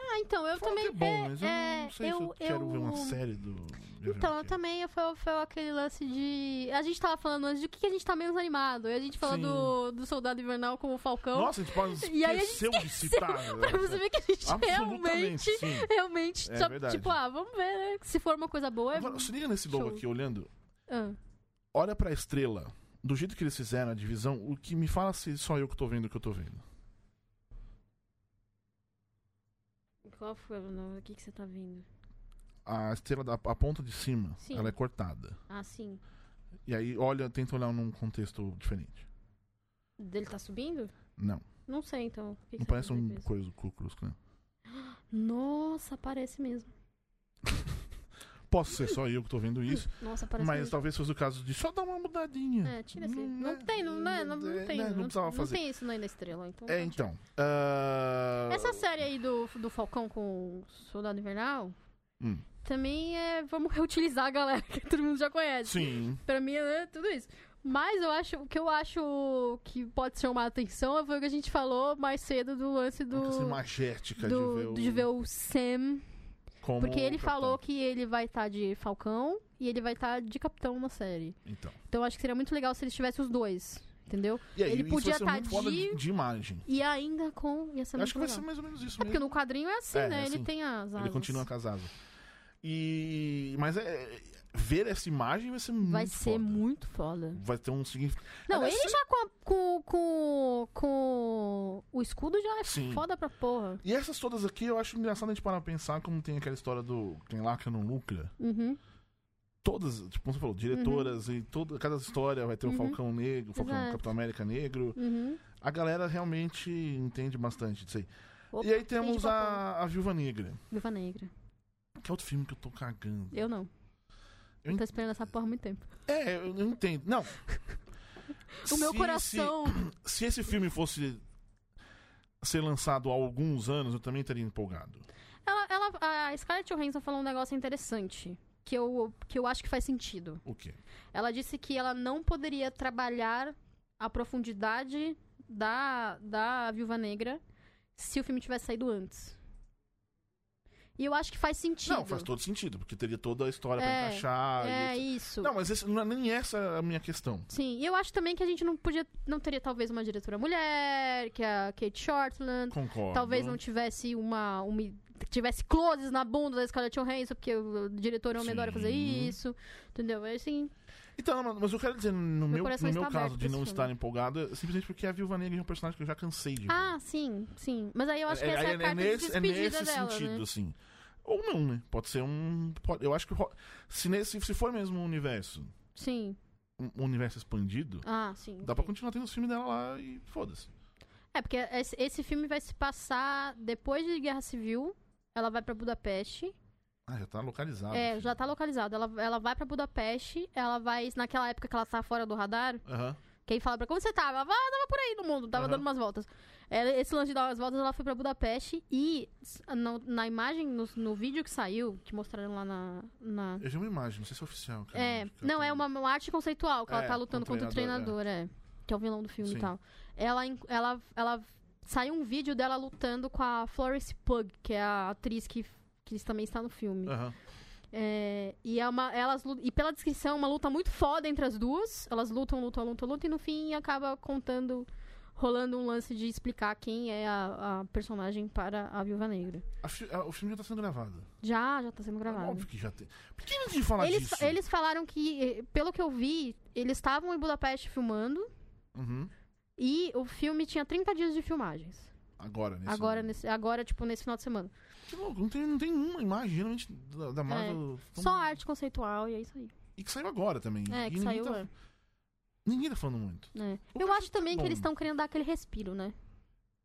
Ah, então, eu
falam que
também.
é bom,
é,
mas eu
é,
não sei se eu quero ver uma série do. Gavião
Então, eu
Arqueiro.
também foi, foi aquele lance de. A gente tava falando antes de o que que a gente tá menos animado. E a gente fala
Sim.
do, do Soldado Invernal como o Falcão.
Nossa, a gente pode
E aí a gente
esqueceu de citar. né?
pra você ver que a gente
Absolutamente,
realmente.
sim.
Realmente.
É
só-
verdade.
tipo, ah, vamos ver, né? Se for uma coisa boa. é-
Agora, se liga nesse logo
Show.
aqui, olhando.
Ah.
Olha pra estrela. Do jeito que eles fizeram a divisão, o que me fala se só eu que tô vendo o que eu tô vendo.
Qual foi o nome? O que, que você tá vendo?
A estrela da a ponta de cima,
Sim.
ela é cortada.
Ah, sim.
E aí, olha, tenta olhar num contexto diferente.
Dele tá subindo?
Não,
Não sei, então. O que que
não
você
parece
tá
um
vendo?
coisa do Ku Klux Klan.
Nossa, parece mesmo.
Posso ser só eu que tô vendo isso,
Nossa, parece
mas
mesmo.
talvez fosse o caso de só dar uma mudadinha.
É, tira assim.
Hum,
Não
né?
tem, não, né? não, não
É,
tem.
né? Não
Não,
precisava fazer.
Não tem isso na Ainda Estrela, então.
É,
não
então. ah,
Essa série aí do, do Falcão com o Soldado Invernal
Hum.
também é. Vamos reutilizar a galera que todo mundo já conhece.
Sim.
Pra mim é tudo isso. Mas eu acho. O que eu acho que pode chamar a atenção é, foi o que a gente falou mais cedo do lance do.
Uma coisa magética é de
do-
ver o.
de ver o Sam
como
Porque
o
ele
capitão.
falou que ele vai estar de Falcão e ele vai estar de Capitão na série.
Então.
Então eu acho que seria muito legal se eles tivessem os dois, entendeu?
E aí,
Ele
isso vai
podia
ser
tá
muito foda
de-
de, de imagem.
E ainda com. Ia ser
Eu acho que
Tá muito
vai
legal.
ser mais ou menos isso
É porque
mesmo.
no quadrinho é assim,
É,
né?
é
Ele
assim.
tem as asas.
Ele continua casado. E. Mas é. Ver essa imagem vai ser muito.
Vai ser
foda.
muito foda.
Vai ter um significado.
Não,
Aliás,
ele já com, a- com, com, com o escudo já é
Sim.
foda pra porra.
E essas todas aqui eu acho engraçado a gente parar pra pensar como tem aquela história do quem laca não lucra.
Uhum.
Todas, tipo, como você falou, diretoras e toda, cada história vai ter um
Uhum.
Falcão Negro, Falcão
Exato.
Capitão América Negro.
Uhum.
A galera realmente entende bastante disso aí.
Opa,
e aí temos
entende
a, a Viúva Negra,
Viva Negra.
que é outro filme que eu tô cagando.
Eu não.
Eu
Eu tô
en-
esperando essa porra há muito tempo.
É, eu eu entendo. Não.
O meu
Se-
coração.
Se, se esse filme fosse ser lançado há alguns anos, eu também estaria empolgado.
Ela, ela- a Scarlett Johansson falou um negócio interessante. Que eu, que eu acho que faz sentido.
O quê?
Ela disse que ela não poderia trabalhar a profundidade da, da Viúva Negra se o filme tivesse saído antes. E eu acho que faz sentido.
Não, faz todo sentido, porque teria toda a história pra
É,
encaixar. e
É
etc.
isso.
Não, mas esse, não é nem essa é a minha questão.
Sim, e eu acho também que a gente não podia. Não teria talvez uma diretora mulher, que é a Kate Shortland.
Concordo.
Talvez não tivesse uma, uma- Tivesse closes na bunda da Scarlett Johansson, porque o diretor homem
Sim.
adora fazer isso. Entendeu? É assim.
Então, não, mas eu quero dizer, no meu,
coração
no meu
está
caso
aberto
de
pra
não
esse
estar
filme.
empolgado, é simplesmente porque a Viúva Negra é um personagem que eu já cansei de ver.
Ah, sim, sim. Mas aí eu acho que
É-
essa é,
é-
a
é
carta de
nesse, é
despedida
nesse
dela,
sentido,
né?
assim. Ou não, né? Pode ser um. pode- eu acho que. ro- Se, nesse, se for mesmo um universo,
Sim.
um um universo expandido,
Ah, sim.
dá
ok.
pra continuar tendo os filmes dela lá e foda-se.
É, porque esse, esse filme vai se passar depois de Guerra Civil. Ela vai pra Budapeste.
Ah, já tá localizado.
é,
enfim.
já tá localizado. Ela, ela vai pra Budapeste. Ela vai, naquela época que ela tá fora do radar,
Aham.
Quem fala pra como você tava? Ela "Ah, tava por aí no mundo, tava
Aham.
dando umas voltas. Ela- esse lance de dar umas voltas, ela foi pra Budapeste e s- no- na imagem, no, no vídeo que saiu, que mostraram lá na. na-
Eu vi uma imagem, não sei se é oficial. cara, que
É,
eu
não,
tô-
é uma, uma arte conceitual, que ela
É,
tá lutando
com o
contra o
treinador,
treinador, é. Que é o vilão do filme
Sim.
e tal. Ela, en- ela, ela saiu um vídeo dela lutando com a Florence Pug, que é a atriz que, que também está no filme.
Aham.
É, e, é uma, elas, lu- e pela descrição, é uma luta muito foda entre as duas. Elas lutam, lutam, lutam, lutam, e no fim acaba contando, rolando um lance de explicar quem é a, a personagem para a Viúva Negra.
A fi- a- o filme já tá sendo gravado. É
Já, já tá sendo gravado.
Óbvio que já tem. Por que ninguém fala
Eles,
disso?
eles falaram que, eh, pelo que eu vi, eles estavam em Budapeste filmando
Uhum.
e o filme tinha 30 dias de filmagens.
Agora, nesse
agora, nesse, agora, tipo, nesse final de semana.
Que louco, não tem, não tem uma imagem, geralmente, da, da Marvel. tão-
É. Só arte conceitual e é isso aí.
E que saiu agora também.
É,
E
que
ninguém
saiu.
Tá,
é.
ninguém tá falando muito.
É.
O
Eu
cara tá
acho também
bom.
que eles estão querendo dar aquele respiro, né?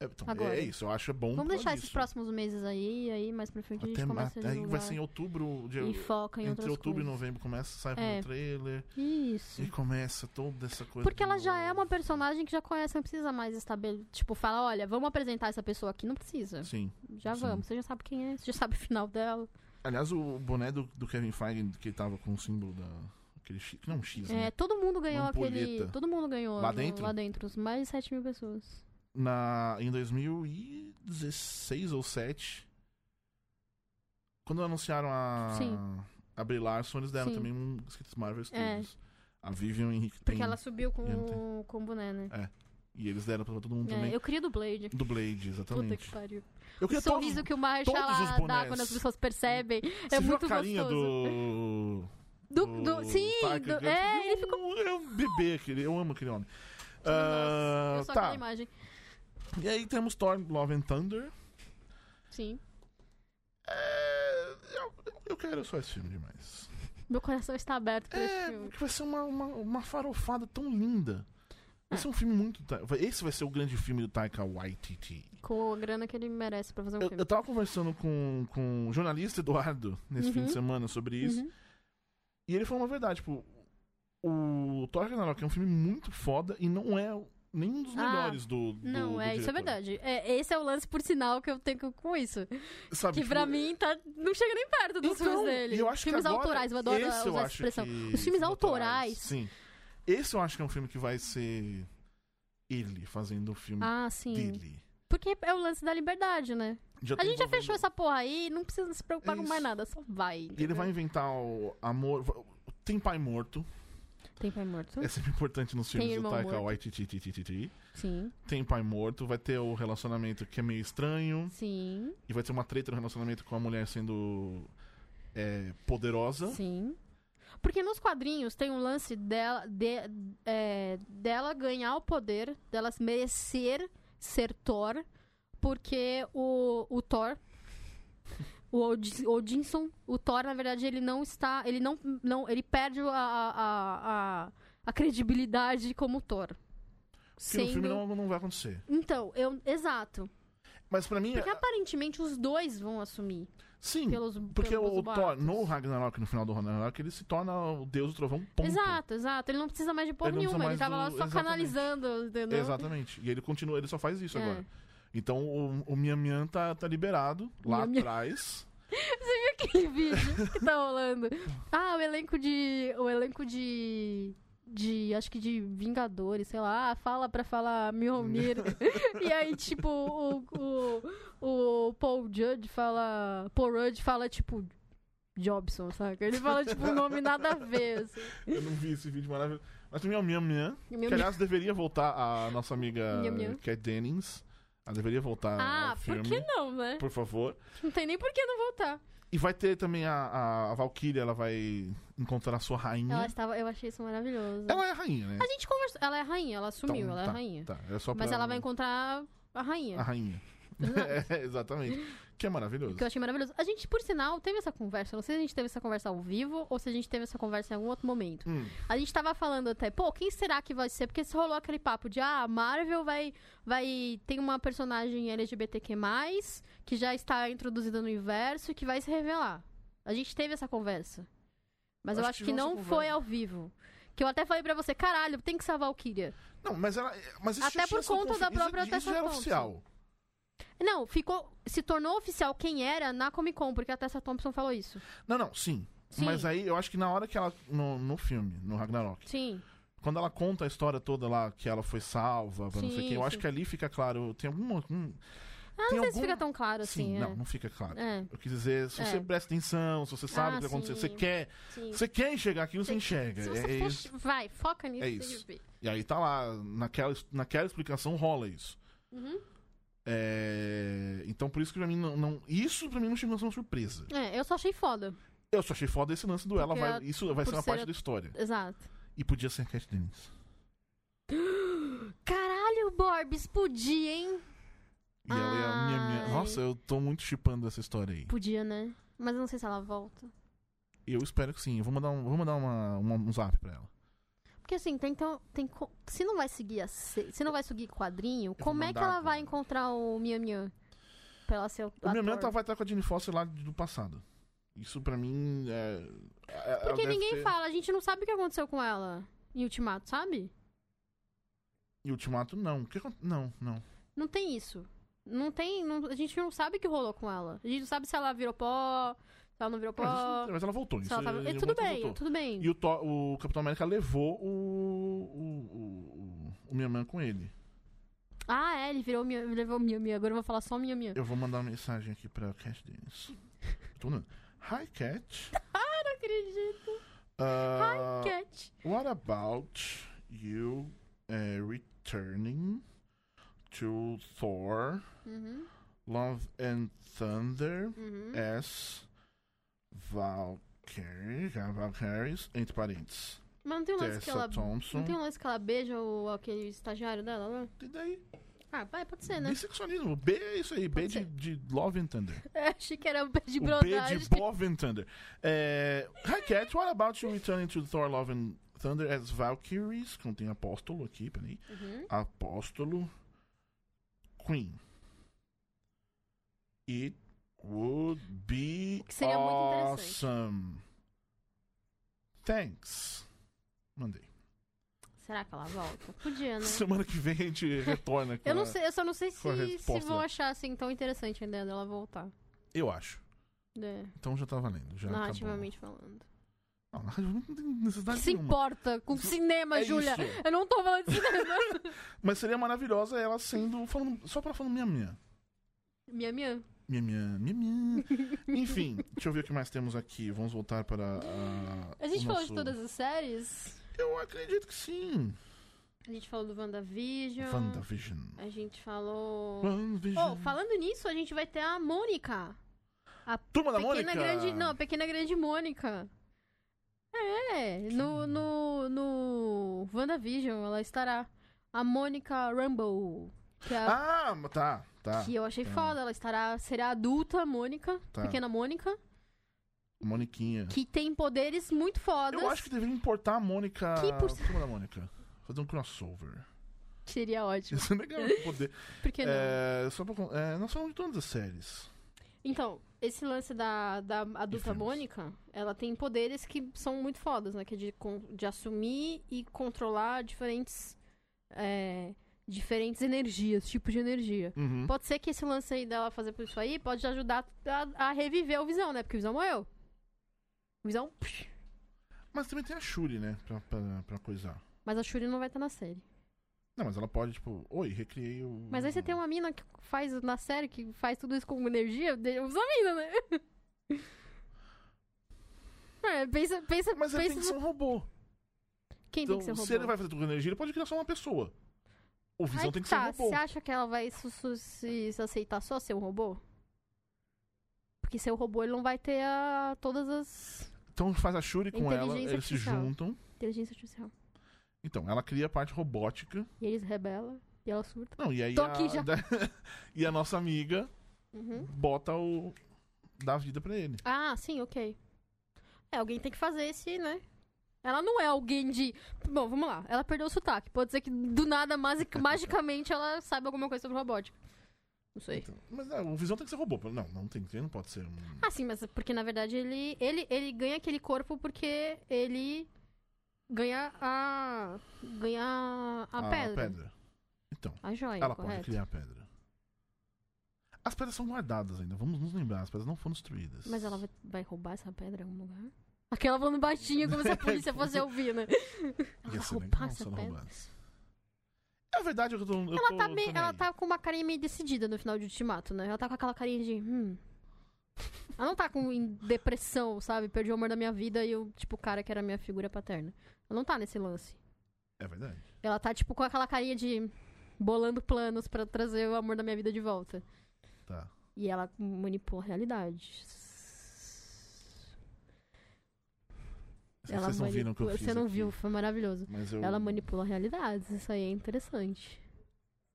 É, então,
Agora.
é isso, eu acho é bom. por
Vamos deixar
causa
esses
disso.
próximos meses aí, aí mais pra frente a gente
Até, ma-
começa a
aí vai ser em
divulgar
outubro, de-
e foca em
entre
outras
outubro e
coisas.
novembro, começa, sai
É.
o trailer
Isso.
e começa toda essa coisa.
Porque
de
ela já
novo.
é uma personagem que já conhece, não precisa mais estabelecer. Tipo, fala, olha, vamos apresentar essa pessoa aqui. Não precisa.
Sim.
Já
sim.
vamos. Você já sabe quem é, você já sabe o final dela.
Aliás, o boné do, do Kevin Feige, que tava com o símbolo da. Aquele X, que não é um X, né?
É, todo mundo ganhou aquele.
Ampulheta.
Todo mundo ganhou
Lá
no-
dentro?
lá dentro. os Mais de 7 mil pessoas.
na, em 2016 ou 7 quando anunciaram a
Sim.
a Brie Larson, eles deram
Sim. É.
também um escrito Marvel Studios. A Vivian Henrique
Porque
tem,
ela subiu com,
Já não tem.
o- com o boné, né?
e eles deram pra todo mundo
É,
também
eu queria do Blade.
do Blade,
Puta que
exatamente.
pariu.
Eu
O
queria todos-
sorriso que o Marshall
todos os
lá dá
bonés.
quando as pessoas percebem.
Você
é
viu
muito
a carinha
gostoso.
do
Do, do- sim,
Parker
do-
Gunn?
é, ele
Eu-
ficou.
é um bebê aquele, eu amo aquele homem. Ah,
Nossa, eu só aquela
tá.
imagem.
E aí temos Thor Love and Thunder.
Sim.
É, eu, eu quero só esse filme demais.
Meu coração está aberto pra esse
É,
filme.
porque vai ser uma, uma, uma farofada tão linda. Vai ser um filme muito. ta- vai- Esse vai ser o grande filme do Taika Waititi.
Com a grana que ele merece pra fazer um
Eu,
filme.
eu tava conversando com, com o jornalista Eduardo nesse
Uhum.
fim de semana sobre isso.
Uhum.
E ele falou uma verdade, tipo, o Thor Ragnarok é um filme muito foda e não é o- nenhum dos
Ah,
melhores do, do.
Não,
do
é, isso
diretor.
é verdade. É, esse é o lance, por sinal, que eu tenho com isso.
Sabe,
Que
tipo,
pra mim tá, não chega nem perto dos
então,
filmes dele.
e eu acho que
filmes
agora,
autorais, eu adoro
esse
usar
eu
essa
acho
expressão.
que-
Os filmes autorais.
Sim. Esse eu acho que é um filme que vai ser ele fazendo o filme
Ah, sim.
dele.
Porque é o lance da liberdade, né? A
tá
gente já
envolvendo-
fechou essa porra aí, não precisa se preocupar com
Isso.
mais nada, só vai.
E ele
entendeu?
vai inventar o amor. Tem pai morto.
Tem pai morto?
É sempre importante nos
Hum? Tem
filmes do
irmão
Taika
morto.
Waititi.
Sim,
Tem pai morto. Vai ter o relacionamento que é meio estranho.
sim,
E vai ter uma treta no relacionamento com a mulher sendo é, poderosa.
sim. Porque nos quadrinhos tem um lance dela, de- é, dela ganhar o poder, dela merecer ser Thor, porque o, o Thor, o Od- Odinson, o Thor, na verdade, ele não está. Ele não. não ele perde a, a, a, a credibilidade como Thor.
Que no filme não, não vai acontecer.
Então, eu. Exato.
Mas pra mim.
Porque
é-
aparentemente os dois vão assumir.
Sim.
Pelos,
Porque
pelos
o Thor,
boatos.
no Ragnarok, no final do Ragnarok, ele se torna o deus do trovão. Ponto.
Exato, exato. Ele não precisa mais de porra
Ele não precisa
nenhuma. Ele
mais
tava lá
do-
só
exatamente.
canalizando, entendeu?
Exatamente. E ele continua, ele só faz isso
É.
agora. Então o, o Mian Mian tá, tá liberado lá
Mian Mian.
atrás.
Aquele vídeo que tá rolando. Ah, o elenco de. O elenco de. De. Acho que de Vingadores, sei lá. Ah, Fala pra falar Mjolnir. e aí, tipo, o, o. O Paul Judd fala. Paul Rudd fala, tipo. Jobson, saca? Ele fala, tipo, um nome nada a ver, assim.
Eu não vi esse vídeo maravilhoso. Mas também é o Mian Mian.
Meu
Que, aliás, deveria voltar a nossa amiga
Nham, nham.
Kat Dennings. Ela deveria voltar
Ah,
ao
por
filme,
que não, né?
por favor.
Não tem nem por que não voltar.
E vai ter também a, a, a Valkyria, ela vai encontrar a sua rainha.
Ela é assim.
Ela,
estava, eu achei isso maravilhoso.
é a rainha, né?
A gente conversou, ela é a rainha, ela sumiu,
Então,
ela é
tá,
a rainha.
Tá, é só
Mas
pra- Ah,
ela vai encontrar a rainha.
A rainha. É, exatamente. Que é maravilhoso.
Que eu achei maravilhoso. A gente, por sinal, teve essa conversa. Não sei se a gente teve essa conversa ao vivo ou se a gente teve essa conversa em algum outro momento.
Hum,
A gente tava falando até, pô, quem será que vai ser? Porque se rolou aquele papo de, ah, a Marvel vai, vai. Tem uma personagem LGBTQ, que já está introduzida no universo e que vai se revelar. A gente teve essa conversa. Mas eu
Acho
acho
que
que
tivemos
não
essa
foi
conversa.
ao vivo. Que eu até falei pra você, caralho, tem que salvar o Kyria.
Não, mas ela. Mas isso
Até
já tinha
por
sido
conta da
confi- isso-
própria
isso,
Tessa
já era
Thompson.
oficial.
Não, ficou. Se tornou oficial quem era na Comic Con, porque a Tessa Thompson falou isso.
Não, não, sim.
Sim.
Mas aí eu acho que na hora que ela. No, no filme, no Ragnarok.
Sim.
quando ela conta a história toda lá, que ela foi salva, pra não sei
Sim,
quem, eu acho
sim.
que ali fica claro, tem alguma. hum,
Ah,
Tem
não sei se
algum-
fica tão claro assim.
Sim,
é.
não, não fica claro.
É,
Eu quis dizer, se
É.
você presta atenção, se você sabe
Ah,
o que aconteceu,
sim.
você quer,
sim.
você quer enxergar aquilo, você
Sim.
enxerga.
Se
É-
você
é
fecha-
isso.
Vai, foca nisso.
É
e
isso.
vê.
E aí tá lá, naquela, naquela explicação rola isso.
Uhum.
É, Então por isso que pra mim não. não- Isso pra mim não chegou a ser uma surpresa.
É, eu só achei foda.
Eu só achei foda esse lance do ela.
Porque
Vai,
a-
isso vai ser
por
uma
ser
parte
a-
da história.
Exato.
E podia ser a Cat Dennis.
Caralho, Borb, explodia, hein?
E ela é a minha, minha-
Ai.
Nossa, eu tô muito chipando essa história aí.
Podia, né? Mas eu não sei se ela volta.
Eu espero que sim. Eu vou mandar um, vou mandar uma, uma- um zap pra ela.
Porque assim, tem, então, tem, co- se não vai seguir a se, se não vai seguir quadrinho,
vou
como é que
mandar
ela
agora.
vai encontrar o Mian Mian? Pra ela ser o
O minha mãe
ator?
tá- vai estar com a Jane Foster lá do passado. Isso pra mim é. é- ela
Porque
deve
ninguém
ter-
fala, a gente não sabe o que aconteceu com ela em Ultimato, sabe?
E Ultimato, não. O que acon- Não, não.
Não tem isso. Não tem. não- a gente não sabe o que rolou com ela. A gente não sabe se ela virou pó, se ela não virou
Mas, isso-
pó.
mas ela voltou.
se
isso
ela tava...
é-
e tudo
voltou,
bem,
voltou.
tudo bem.
E o, Thor- o Capitão América levou o. O, o, o Minha Mãe com ele.
Ah, é, ele virou minha, ele levou minha, minha. Agora eu vou falar só minha, minha.
Eu vou mandar uma mensagem aqui pra Cat Dennis. Eu tô mandando. Hi, Cat.
Não acredito.
Uh,
Cat.
What about you uh, returning to Thor,
Uhum,
Love and Thunder
uhum.
as Valkyrie, Valkyries, entre parênteses,
Mas não tem um lance que
Tessa
ela.
Thompson.
Não tem um lance que ela beija o, aquele estagiário dela, não?
E daí?
Ah, vai, pode ser, né?
Bissexualismo. B é isso aí. B
Pode
de,
ser.
de Love and Thunder.
É, achei que era um pé de
o B
brodagem.
de Love and Thunder. É, Hi, Cat, what about you returning to Thor, Love and Thunder as Valkyries? Contém apóstolo aqui, peraí.
Uhum.
Apóstolo Queen. It would be
O que seria muito interessante.
awesome. Thanks. Mandei.
Será que ela volta? Podia, né?
Semana que vem a gente retorna com
Eu não
a-
sei, eu só não sei
Qual a
se, se
resposta
vão
dela?
achar assim tão interessante a ideia dela voltar.
Eu acho.
né?
Então já tá valendo. Já
narrativamente falando.
Tá bom. Não, narrativamente não tem necessidade
Que se
nenhuma.
importa com cinema,
É
Júlia?
isso.
Eu não tô falando de cinema.
Mas seria maravilhosa ela sendo. Falando, só pra falando minha minha.
minha, minha.
Minha minha, minha minha. Enfim, deixa eu ver o que mais temos aqui. Vamos voltar para. A,
A gente
o
falou de
nosso-
todas as séries.
Eu acredito que sim.
A gente falou do WandaVision.
WandaVision.
A gente falou.
WandaVision.
Oh, falando nisso, a gente vai ter a Mônica.
Turma da
Pequena
Mônica.
Grande. Não, Pequena Grande Mônica. É, no, no, no WandaVision ela estará. A Mônica Rumble. Que é a
Ah, tá, tá.
Que eu achei
tá.
foda. Ela estará, será adulta, Mônica,
Tá.
pequena Mônica,
Moniquinha.
que tem poderes muito fodas.
Eu acho que deveria importar a Mônica.
Que por-
Turma da Mônica. Fazer um crossover.
Seria ótimo.
Isso é legal poder.
Por que não?
É, só pra... con- é, nós falamos de todas as séries.
Então, esse lance da, da adulta
filmes.
Mônica, ela tem poderes que são muito fodas, né? Que é de, con- de assumir e controlar diferentes. é, diferentes energias, tipos de energia.
Uhum.
Pode ser que esse lance aí dela fazer por isso aí pode ajudar a, a reviver o Visão, né? Porque o Visão morreu. O Visão. psh.
Mas também tem a Shuri, né? Pra, pra, pra coisar.
Mas a Shuri não vai estar na série.
Não, mas ela pode, tipo, oi, recriei o.
Mas aí você tem um uma mina que faz na série, que faz tudo isso com energia, de- usa a mina, né? É, pensa, pensa,
Mas ele
pensa
tem que ser um robô.
quem
Então,
tem que ser o robô.
se ele vai fazer tudo com energia, ele pode criar só uma pessoa. O
Aí
Visão tem que
tá,
ser um robô.
Você acha que ela vai su- su- se, se aceitar só ser um robô? Porque ser um robô, ele não vai ter a, todas as
Então faz a Shuri com ela,
Inteligência
eles se
artificial.
juntam.
inteligência artificial.
Então, ela cria a parte robótica.
E eles rebela e ela surta.
Não, e aí
Tô
a,
aqui já.
e a nossa amiga
Uhum.
bota o. dá vida pra ele.
Ah, sim, ok. É, alguém tem que fazer esse, né? Ela não é alguém de. Bom, vamos lá. Ela perdeu o sotaque. Pode ser que do nada, magi- magicamente, ela saiba alguma coisa sobre robótica. Não sei.
Então, mas é, o Visão tem que ser robô. Não, não tem que ser, não pode ser. um-
Ah, sim, mas porque na verdade ele, ele, ele ganha aquele corpo porque ele ganha a. ganha a, pedra.
Então,
A joia,
Ah, ela pode
correto?
criar a pedra. As pedras são guardadas ainda, vamos nos lembrar, as pedras não foram destruídas.
Mas ela vai, vai roubar essa pedra em algum lugar? Aquela falando baixinho, como se a polícia fosse ouvir, né? Ela
Ia
vai
ser
roubar
legal se
essa
ela
pedra.
roubasse. É verdade eu tô. Eu
Ela
tô,
tá,
tô
bem,
nem
ela
aí.
tá com uma carinha meio decidida no final de Ultimato, né? Ela tá com aquela carinha de. Hum. Ela não tá com em depressão, sabe? Perdi o amor da minha vida e eu, tipo, o cara que era minha figura paterna. Ela não tá nesse lance.
É verdade.
Ela tá, tipo, com aquela carinha de. bolando planos pra trazer o amor da minha vida de volta.
Tá.
E ela manipula a realidade.
Ela Vocês não viram o que eu
manipula-
fiz.
Você não
aqui,
viu, foi maravilhoso.
Mas eu...
Ela manipula realidades, isso aí é interessante.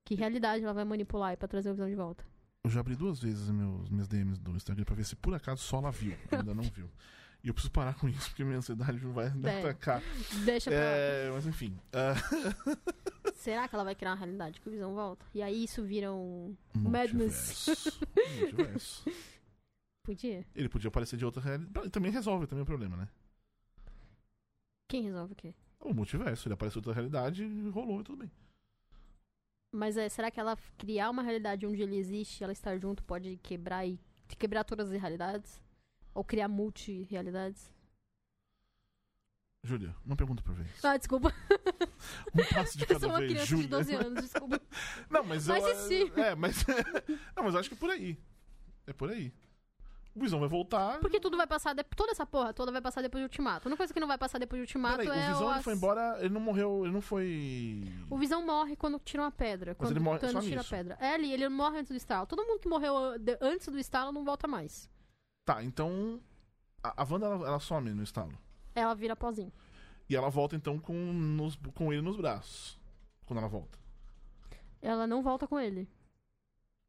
Que realidade ela vai manipular aí pra trazer o visão de volta?
Eu já abri duas vezes meus, minhas DMs do Instagram pra ver se por acaso só ela viu. Ainda não viu. E eu preciso parar com isso, porque minha ansiedade vai me
É.
atacar.
Deixa pra lá.
É, mas enfim. Ah,
Será que ela vai criar uma realidade que o Visão volta? E aí isso vira um. Madness.
multiverso. Multiverso.
Podia?
Ele podia aparecer de outra realidade. Também resolve também o problema, né?
Quem resolve o quê?
O multiverso, ele apareceu em outra realidade e rolou e tudo bem.
Mas é, será que ela criar uma realidade onde ele existe, ela estar junto, pode quebrar e quebrar todas as realidades? Ou criar multi-realidades?
Júlia, uma pergunta por vez.
Ah, desculpa.
Um passo de
Eu
cada
sou é uma
vez,
criança
Júlia.
de 12 anos, desculpa.
Não, mas eu,
Mas e se?
É, mas. não, mas eu acho que é por aí. É por aí. O Visão vai voltar.
Porque tudo vai passar. de- Toda essa porra toda vai passar depois de Ultimato. A única coisa que não vai passar depois de Ultimato
Peraí,
é.
o Visão
o
ele foi embora, ele não morreu, ele não foi.
O Visão morre quando tira uma pedra. quando
ele morre
o Thanos
só
tira a
nisso.
pedra. É ali, ele morre antes do estalo. Todo mundo que morreu ah, de- antes do estalo não volta mais.
Tá, então. A, a Wanda ela, ela some no estalo.
Ela vira pozinho.
E ela volta então com, nos- com ele nos braços. Quando ela volta.
Ela não volta com ele.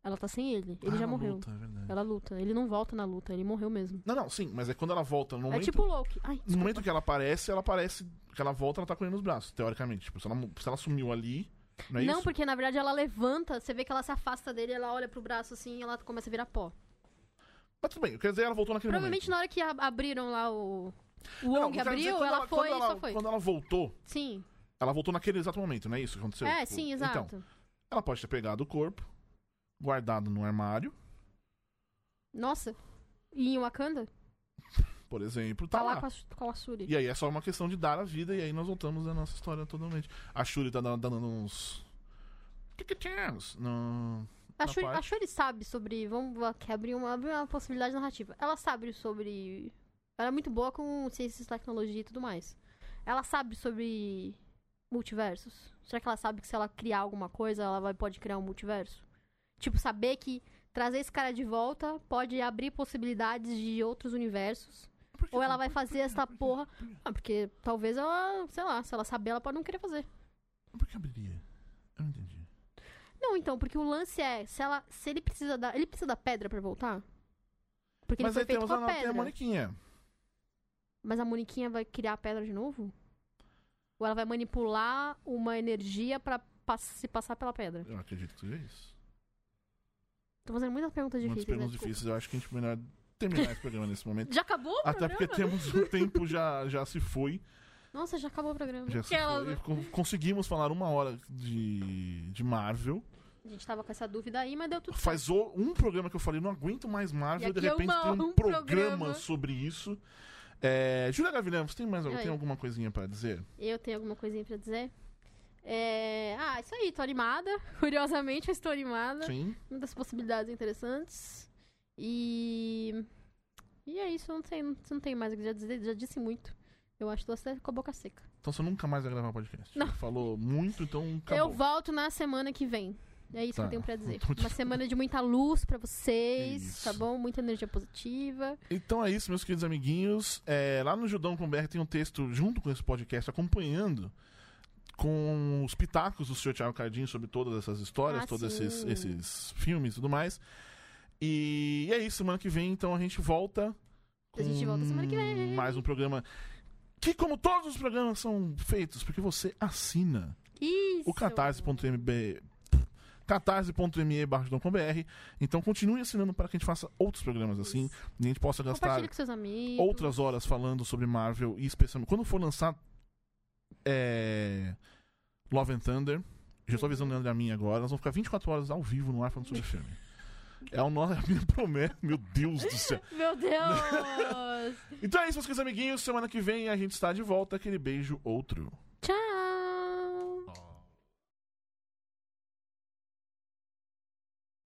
Ela tá sem ele. Ele
Ah,
já
ela
morreu.
luta, é verdade.
Ela luta. Ele não volta na luta. Ele morreu mesmo.
Não, não, sim, mas é quando ela volta. No momento,
É tipo o Loki.
no
Ai, desculpa.
momento que ela aparece, ela aparece. Que ela volta, ela tá com ele nos braços, teoricamente. Tipo, se ela, se ela sumiu ali. Não é
não,
isso?
porque na verdade ela levanta. Você vê que ela se afasta dele. Ela olha pro braço assim e ela começa a virar pó.
Mas tudo bem, quer dizer, ela voltou naquele
Provavelmente
um momento.
na hora que a- abriram lá o. O
Não,
Wong
eu quero dizer,
abriu,
quando
ela foi
quando
e só foi.
Quando ela voltou,
Sim.
ela voltou naquele exato momento, não é isso que aconteceu?
É,
Tipo,
sim,
Então,
exato.
ela pode ter pegado o corpo, guardado no armário,
Nossa. E em Wakanda?
por exemplo, tá
Tá lá
lá.
com a, com a Suri.
E aí é só uma questão de dar a vida, e aí nós voltamos à nossa história totalmente. A Shuri tá dan- dando uns. tiquitinhos No...
A
na
Shuri, a
parte.
Shuri sabe sobre. Vamos aqui abrir uma, abrir uma possibilidade narrativa. Ela sabe sobre. Ela é muito boa com ciências, tecnologia e tudo mais. Ela sabe sobre multiversos. Será que ela sabe que se ela criar alguma coisa, ela vai, pode criar um multiverso? Tipo, saber que trazer esse cara de volta pode abrir possibilidades de outros universos.
Por que
Ou ela
que-
vai fazer essa porra. Ah, porque talvez ela, sei lá, se ela saber, ela pode não querer fazer.
Por que abriria? Eu não entendi.
Não, então, porque o lance é, se ela, se ele precisa da, ele precisa da pedra pra voltar? Porque
Mas
ele
aí
foi feito
temos
com
a,
a
tem
pedra.
a Moniquinha.
Mas a Moniquinha vai criar a pedra de novo? Ou ela vai manipular uma energia pra pass- se passar pela pedra?
Eu acredito que seja isso.
Tô fazendo muitas perguntas
Muitas
difíceis,
perguntas
né? Desculpa.
difíceis, eu acho que a gente melhor terminar esse programa nesse momento.
Já acabou o
Até
programa?
porque temos um tempo já, já se foi.
Nossa, já acabou o programa.
Já se
Aquela-
foi. Con- Conseguimos falar uma hora de, de Marvel.
A gente tava com essa dúvida aí, mas deu tudo certo.
Faz o- um programa que eu falei, não aguento mais Marvel,
E
e de
aqui é
repente
uma-
tem um,
um
programa,
programa.
sobre isso. É, Júlia Gavilham, você tem mais
E aí?
tem alguma coisinha pra dizer?
Eu tenho alguma coisinha pra dizer? É... Ah, isso aí, tô animada. Curiosamente, eu estou animada.
Sim.
muitas possibilidades interessantes. E. E é isso, eu não sei, não, não tenho mais o que já dizer, já disse muito. Eu acho que tô até com a boca seca.
Então você nunca mais vai gravar podcast.
Não.
Você Falou muito, então acabou.
Eu volto na semana que vem. É isso que
Tá.
eu tenho pra dizer.
Muito
Uma semana de muita luz pra vocês,
Isso.
tá bom? Muita energia positiva.
Então é isso, meus queridos amiguinhos. É, lá no Judão com BR tem um texto junto com esse podcast, acompanhando com os pitacos do Sr. Thiago Cardinho sobre todas essas histórias,
Ah,
todos
sim.
esses, esses filmes e tudo mais. E é isso, semana que vem então a gente volta.
A gente
com
volta semana que vem.
Mais um programa que, como todos os programas, são feitos porque você assina
Isso!
o catarse.mb catarse.me barra Judão com BR. Então continue assinando para que a gente faça outros programas assim e a gente possa gastar
Compartilha com seus amigos.
outras horas falando sobre Marvel e especialmente quando for lançar é, Love and Thunder. Já estou avisando o Leandro e a minha agora. Nós vamos ficar 24 horas ao vivo no ar falando sobre o filme. É o nosso, é a minha promessa. Meu Deus do céu.
Meu Deus!
Então é isso, meus queridos amiguinhos. Semana que vem a gente está de volta. Aquele beijo, outro.
Tchau!